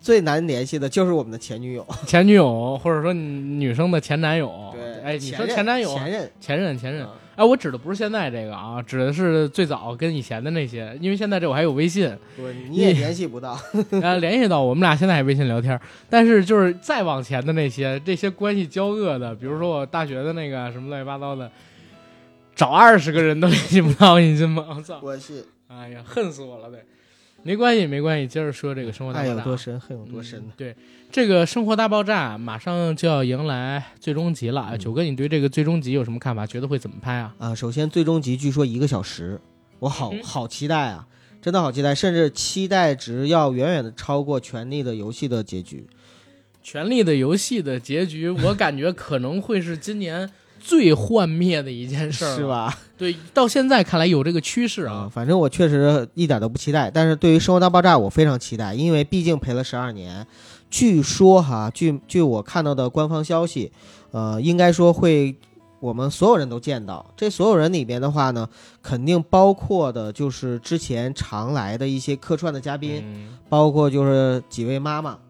Speaker 3: 最难联系的就是我们的前女友。
Speaker 2: 前女友，或者说你女生的前男友，
Speaker 3: 对，
Speaker 2: 哎，你说
Speaker 3: 前任
Speaker 2: 前男友、啊
Speaker 3: 前任，
Speaker 2: 前任、前任，
Speaker 3: 啊
Speaker 2: 哎，我指的不是现在这个啊，指的是最早跟以前的那些，因为现在这我还有微
Speaker 3: <laughs>
Speaker 2: 信，
Speaker 3: 不是你也联系不 <laughs> 到，
Speaker 2: 呃，联系到我们俩现在还微信聊天儿，但是就是再往前的那些，这些关系交恶的，比如说我大学的那个什么乱七八糟的，找二十个人都联系不到，你信吗？我操！
Speaker 3: 我是
Speaker 2: 哎呀，恨死我了！得，没关系，没关系，接着说这个生活大
Speaker 3: 爱
Speaker 2: 爆炸。
Speaker 3: 有哎多深，恨有
Speaker 2: 嗯
Speaker 3: 多深呢。
Speaker 2: 对，这个《生活大爆炸》马上就要迎来最终集了。
Speaker 3: 嗯
Speaker 2: 哎九哥，你对这个最终集有什么看法？觉得会怎么拍啊？
Speaker 3: 啊，首先最终集据说一个小时，我好
Speaker 2: 嗯
Speaker 3: 好期待啊，真的好期待，甚至期待值要远远的超过《权力的游戏》的结局。
Speaker 2: 《权力的游戏》的结局，我感觉可能会是今年最幻灭的一件事儿，
Speaker 3: <laughs> 是？吧？
Speaker 2: 对，到现在看来有这个趋势
Speaker 3: 啊
Speaker 2: 啊。
Speaker 3: 反正我确实一点都不期待，但是对于《生活大爆炸》我非常期待，因为毕竟陪了十二年。据说哈，据据我看到的官方消息，呃，应该说会我们所有人都见到。这所有人里边的话呢，肯定包括的就是之前常来的一些客串的嘉宾，
Speaker 2: 嗯，
Speaker 3: 包括就是几位妈妈。啊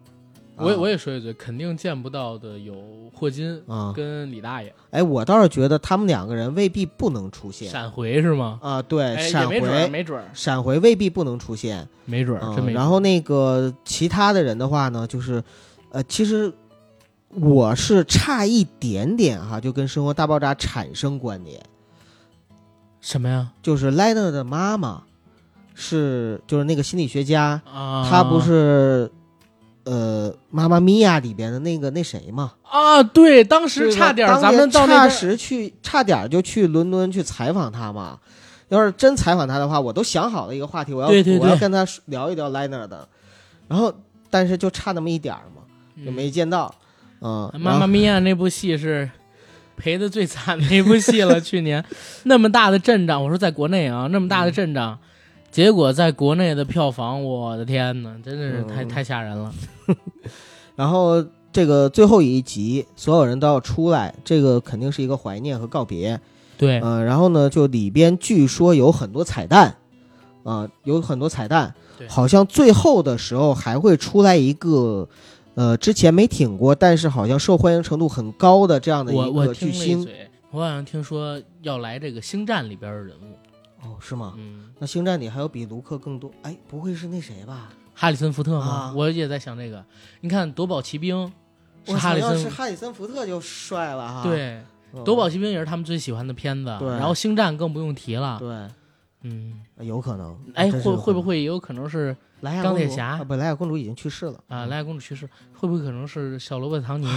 Speaker 2: 我也我也说一句，肯定见不到的有霍金
Speaker 3: 啊，
Speaker 2: 跟李大爷，
Speaker 3: 哎，我倒是觉得他们两个人未必不能出现
Speaker 2: 闪回是吗？
Speaker 3: 啊，对，
Speaker 2: 哎，也
Speaker 3: 闪
Speaker 2: 没准儿，
Speaker 3: 回，
Speaker 2: 没准儿，
Speaker 3: 闪回未必不能出现，
Speaker 2: 没准儿，
Speaker 3: 嗯
Speaker 2: 真没准儿。
Speaker 3: 然后那个其他的人的话呢，就是，呃，其实我是差一点点哈，就跟《生活大爆炸》产生关联，
Speaker 2: 什么呀？
Speaker 3: 就是 l e n a 的妈妈是就是那个心理学家，
Speaker 2: 啊，
Speaker 3: 她不是。呃，《妈妈咪呀》里边的那个那谁嘛，
Speaker 2: 啊？对，当时
Speaker 3: 是
Speaker 2: 差
Speaker 3: 的
Speaker 2: 点
Speaker 3: 当
Speaker 2: 咱
Speaker 3: 年
Speaker 2: 们到那
Speaker 3: 差
Speaker 2: 边
Speaker 3: 时去，差点就去伦敦去采访他嘛。要是真采访他的话，我都想好了一个话题，我要
Speaker 2: 对对
Speaker 3: 我要
Speaker 2: 对
Speaker 3: 跟他说聊一聊 Liner 的，然后但是就差那么一点儿嘛，就
Speaker 2: 嗯
Speaker 3: 没见到。嗯，然
Speaker 2: 妈妈
Speaker 3: 后
Speaker 2: 咪呀那部戏是赔的最惨的一部戏了，去年那么大的阵仗，我说在国内啊，那么
Speaker 3: 嗯
Speaker 2: 大的阵仗。结果在国内的票房，我的天呐，真的是太、
Speaker 3: 嗯
Speaker 2: 太吓人了。
Speaker 3: 然后这个最后一集，所有人都要出来，这个肯定是一个怀念和告别。
Speaker 2: 对，
Speaker 3: 嗯、然后呢，就里边据说有很多彩蛋，啊、有很多彩蛋
Speaker 2: 对，
Speaker 3: 好像最后的时候还会出来一个，呃，之前没挺过，但是好像受欢迎程度很高的这样的
Speaker 2: 我
Speaker 3: 一
Speaker 2: 我
Speaker 3: 个
Speaker 2: 听
Speaker 3: 巨
Speaker 2: 了一
Speaker 3: 星。
Speaker 2: 嘴，我好像听说要来这个《星战》里边的人物，
Speaker 3: 哦，是吗？
Speaker 2: 嗯，
Speaker 3: 那星战里还有比卢克更多？哎，不会是那谁吧？
Speaker 2: 哈里森福特吗？
Speaker 3: 啊
Speaker 2: 我也在想这个。你看《夺宝奇兵》是
Speaker 3: 我
Speaker 2: 哈
Speaker 3: 操
Speaker 2: 里
Speaker 3: 要
Speaker 2: 森
Speaker 3: 是，哈里森福特就帅了哈。
Speaker 2: 对，
Speaker 3: 嗯，
Speaker 2: 夺宝奇兵》也是他们最喜欢的片子。
Speaker 3: 对
Speaker 2: 然后《星战》更不用提了。
Speaker 3: 对，
Speaker 2: 嗯，
Speaker 3: 有可能。
Speaker 2: 啊哎，
Speaker 3: 真是
Speaker 2: 会
Speaker 3: 有可
Speaker 2: 会不
Speaker 3: 能
Speaker 2: 会也有可能是
Speaker 3: 莱娅
Speaker 2: 钢
Speaker 3: 公
Speaker 2: 铁
Speaker 3: 主
Speaker 2: 侠
Speaker 3: 啊不，莱娅公主已经去世了
Speaker 2: 啊，莱娅公主去世，会不会可能是小罗伯特唐 <laughs> 尼？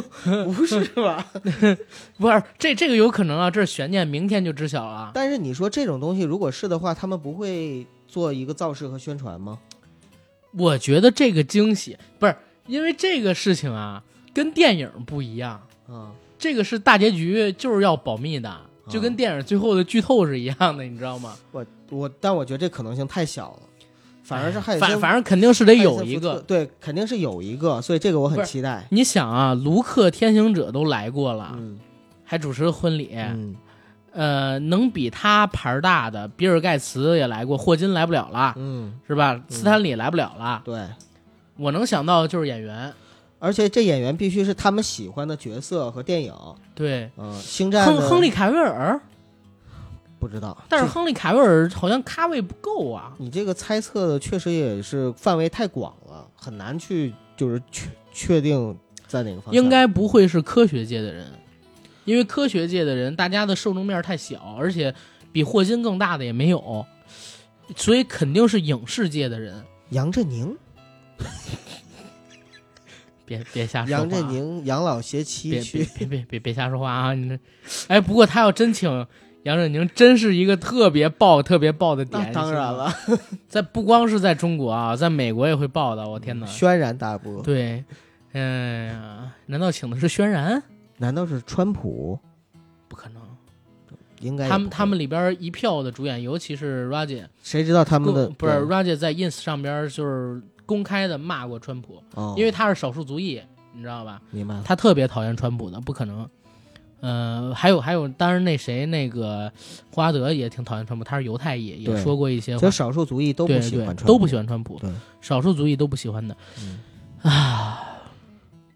Speaker 3: 不是吧？
Speaker 2: 不是，这这个有可能啊，这是悬念，明天就知晓了。
Speaker 3: 但是你说这种东西，如果是的话，他们不会做一个造势和宣传吗？
Speaker 2: 我觉得这个惊喜不是因为这个事情啊，跟电影不一样，
Speaker 3: 啊、
Speaker 2: 这个是大结局，就是要保密的，就
Speaker 3: 嗯
Speaker 2: 跟电影最后的剧透是一样的，你知道吗？
Speaker 3: 我我，但我觉得这可能性太小了，反而是
Speaker 2: 哎
Speaker 3: 汉
Speaker 2: 反反正肯定是得有一个。
Speaker 3: 对，肯定是有一个，所以这个我
Speaker 2: 不
Speaker 3: 很
Speaker 2: 是
Speaker 3: 期待。
Speaker 2: 你想啊，卢克天行者都来过了，
Speaker 3: 嗯
Speaker 2: 还主持婚礼，
Speaker 3: 嗯
Speaker 2: 呃，能比他牌儿大的，比尔盖茨也来过，霍金来不了了，
Speaker 3: 嗯，
Speaker 2: 是吧？斯坦李来不了了，
Speaker 3: 对，
Speaker 2: 我能想到的就是演员，
Speaker 3: 而且这演员必须是他们喜欢的角色和电影。
Speaker 2: 对，
Speaker 3: 嗯、星战
Speaker 2: 亨
Speaker 3: 的
Speaker 2: 亨利凯维尔，
Speaker 3: 不知道，
Speaker 2: 但是
Speaker 3: 这
Speaker 2: 亨利凯维尔好像咖位不够啊。
Speaker 3: 你这个猜测的确实也是范围太广了，很难去就是确确定在哪个方向。
Speaker 2: 应该不会是科学界的人，因为科学界的人大家的受众面太小，而且比霍金更大的也没有，所以肯定是影视界的人。
Speaker 3: 杨振宁，
Speaker 2: 别别瞎说话啊，
Speaker 3: 杨振宁养老携妻
Speaker 2: 别别
Speaker 3: 去，
Speaker 2: 别别别别瞎说话啊！你这，哎，不过他要真请杨振宁，真是一个特别爆、特别爆的点。
Speaker 3: 那当然 <laughs> 了，
Speaker 2: 在不光是在中国啊，在美国也会爆的。我天哪！
Speaker 3: 轩然大波。
Speaker 2: 对，嗯、呀，难道请的是轩然？
Speaker 3: 难道是川普？
Speaker 2: 不可能，
Speaker 3: 应该也
Speaker 2: 他们
Speaker 3: 不会
Speaker 2: 他们里边一票的主演，尤其是 Raja，
Speaker 3: 谁知道他们的
Speaker 2: 不是
Speaker 3: 对
Speaker 2: Raja 在 ins 上边就是公开的骂过川普，
Speaker 3: 哦，
Speaker 2: 因为他是少数族裔，你知道吧？
Speaker 3: 明白了，
Speaker 2: 他特别讨厌川普的，不可能。呃，还有还有，当然那谁那个霍华德也挺讨厌川普，他是犹太裔，也
Speaker 3: 对
Speaker 2: 说过一些
Speaker 3: 就
Speaker 2: 话，
Speaker 3: 少数族裔都不
Speaker 2: 对
Speaker 3: 喜
Speaker 2: 对
Speaker 3: 欢，川
Speaker 2: 都不
Speaker 3: 普
Speaker 2: 喜欢川普，
Speaker 3: 对
Speaker 2: 少数族裔都不喜欢的
Speaker 3: 嗯
Speaker 2: 啊。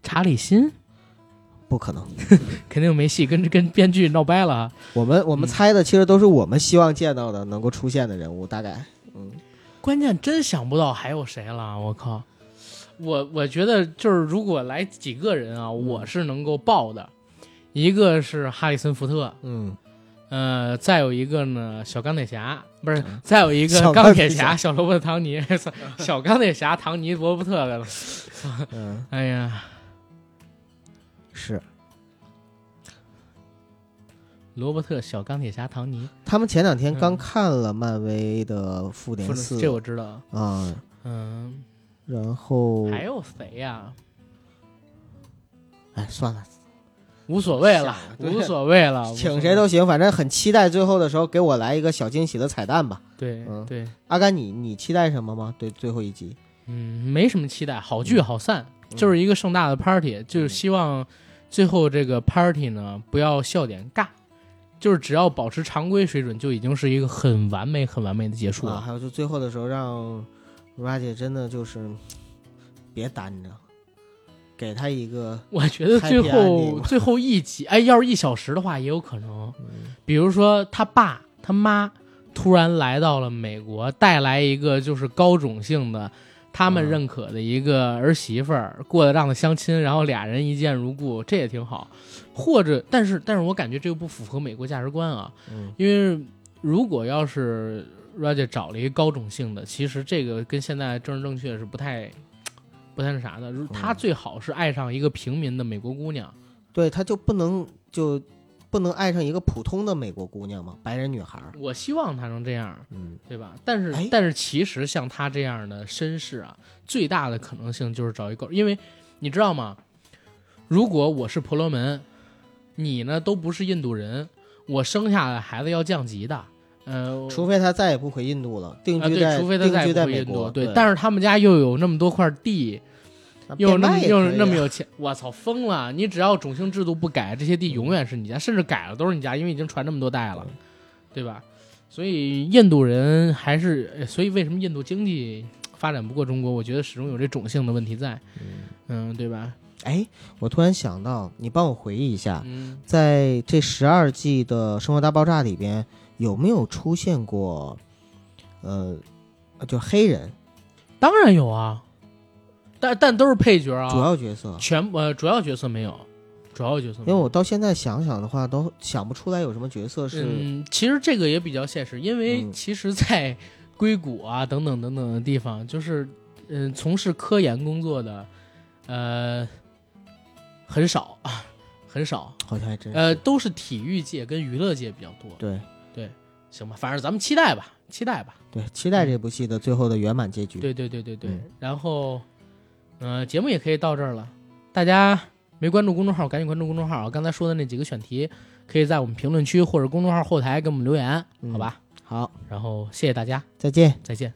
Speaker 2: 查理辛
Speaker 3: 不可能。
Speaker 2: 肯定没戏，跟跟编剧闹掰了啊。
Speaker 3: 我们我们
Speaker 2: 嗯
Speaker 3: 猜的其实都是我们希望见到的能够出现的人物，大概。嗯，
Speaker 2: 关键真想不到还有谁了，啊我靠！我我觉得就是如果来几个人啊，
Speaker 3: 嗯
Speaker 2: 我是能够报的，一个是哈里森福特，
Speaker 3: 嗯，
Speaker 2: 呃，再有一个呢小钢铁侠，不是
Speaker 3: 嗯，
Speaker 2: 再有一个
Speaker 3: 小
Speaker 2: 钢
Speaker 3: 钢
Speaker 2: 铁
Speaker 3: 铁
Speaker 2: 侠
Speaker 3: 侠
Speaker 2: 小罗伯特唐尼， <laughs> 操小钢铁侠唐尼罗伯特了，
Speaker 3: <laughs> 嗯，
Speaker 2: 哎呀，
Speaker 3: 是
Speaker 2: 罗伯特小钢铁侠唐尼，
Speaker 3: 他们前两天
Speaker 2: 嗯
Speaker 3: 刚看了漫威的《复
Speaker 2: 不
Speaker 3: 联
Speaker 2: 是
Speaker 3: 四
Speaker 2: 这》我知道，
Speaker 3: 啊，
Speaker 2: 嗯，
Speaker 3: 然后
Speaker 2: 还有谁呀、
Speaker 3: 哎算了，
Speaker 2: 无所谓了，
Speaker 3: 想对
Speaker 2: 无所谓了，无所
Speaker 3: <laughs> 请
Speaker 2: 谓
Speaker 3: 谁都行，反正很期待最后的时候给我来一个小惊喜的彩蛋吧。
Speaker 2: 对
Speaker 3: 嗯
Speaker 2: 对，
Speaker 3: 阿甘，你你期待什么吗？对最后一集，
Speaker 2: 嗯，没什么期待，好聚好散，
Speaker 3: 嗯
Speaker 2: 就是一个盛大的 party，就是希望最后这个 party 呢不要笑点尬，就是只要保持常规水准，就已经是一个很完美、很完美的结束了。
Speaker 3: 啊，还有就最后的时候让 r a j 真的就是别单着，给他一个
Speaker 2: 我觉得最
Speaker 3: Happy ending
Speaker 2: 后
Speaker 3: 嘛
Speaker 2: 最后一集，哎，要是一小时的话也有可能，比如说他爸他妈突然来到了美国，带来一个就是高种姓的。他们
Speaker 3: 嗯
Speaker 2: 认可的一个儿媳妇儿过得让的相亲，然后俩人一见如故，这也挺好。或者，但是，但是我感觉这个不符合美国价值观啊，
Speaker 3: 嗯
Speaker 2: 因为如果要是 Roger 找了一个高种姓的，其实这个跟现在政治正确是不太不太那啥的。如他最好是爱上一个平民的美国姑娘，
Speaker 3: 对，他就不能就不能爱上一个普通的美国姑娘吗？白人女孩儿，
Speaker 2: 我希望他能这样，
Speaker 3: 嗯，
Speaker 2: 对吧？但是
Speaker 3: 哎
Speaker 2: 但是其实像他这样的绅士啊，最大的可能性就是找一个，因为你知道吗？如果我是婆罗门，你呢都不是印度人，我生下来孩子要降级的，呃，
Speaker 3: 嗯除非他再也不回印度了，定
Speaker 2: 啊
Speaker 3: 居在、
Speaker 2: 对，除非他
Speaker 3: 定
Speaker 2: 再
Speaker 3: 居
Speaker 2: 也
Speaker 3: 在
Speaker 2: 不回
Speaker 3: 美
Speaker 2: 印度，
Speaker 3: 国，
Speaker 2: 对
Speaker 3: 对，，
Speaker 2: 但是他们家又有那么多块地，
Speaker 3: 那
Speaker 2: 又有
Speaker 3: 变
Speaker 2: 那么
Speaker 3: 卖也
Speaker 2: 又
Speaker 3: 可以
Speaker 2: 那么
Speaker 3: 啊
Speaker 2: 有钱，我操疯了！你只要种姓制度不改，这些
Speaker 3: 嗯
Speaker 2: 地永远是你家，甚至改了都是你家，因为已经传这么多代了，对吧？所以印度人还是，呃所以为什么印度经济发展不过中国？我觉得始终有这种姓的问题在，嗯，对吧？
Speaker 3: 哎，我突然想到，你帮我回忆一下，
Speaker 2: 嗯，
Speaker 3: 在这十二季的《生活大爆炸》里边，有没有出现过，呃，就黑人
Speaker 2: 当然有啊，但但都是配角啊，
Speaker 3: 主要角色？
Speaker 2: 全呃主要角色没有，主要角色
Speaker 3: 因
Speaker 2: 没
Speaker 3: 为
Speaker 2: 有。
Speaker 3: 我到现在想想的话，都想不出来有什么角色是，
Speaker 2: 嗯，其实这个也比较现实，因为
Speaker 3: 嗯
Speaker 2: 其实，在硅谷啊等等等等的地方，就是嗯、从事科研工作的，呃，很少，啊很少，
Speaker 3: 好像还真是
Speaker 2: 呃，都是体育界跟娱乐界比较多，
Speaker 3: 对
Speaker 2: 行吧，反正咱们期待吧，期待吧，
Speaker 3: 对，期待这部戏的最后的圆满结局。
Speaker 2: 对对对对对，
Speaker 3: 嗯
Speaker 2: 然后，嗯、节目也可以到这儿了，大家。没关注公众号，赶紧关注公众号啊！刚才说的那几个选题，可以在我们评论区或者公众号后台给我们留言，
Speaker 3: 嗯
Speaker 2: 好吧？
Speaker 3: 好，
Speaker 2: 然后谢谢大家，
Speaker 3: 再见。
Speaker 2: 再见。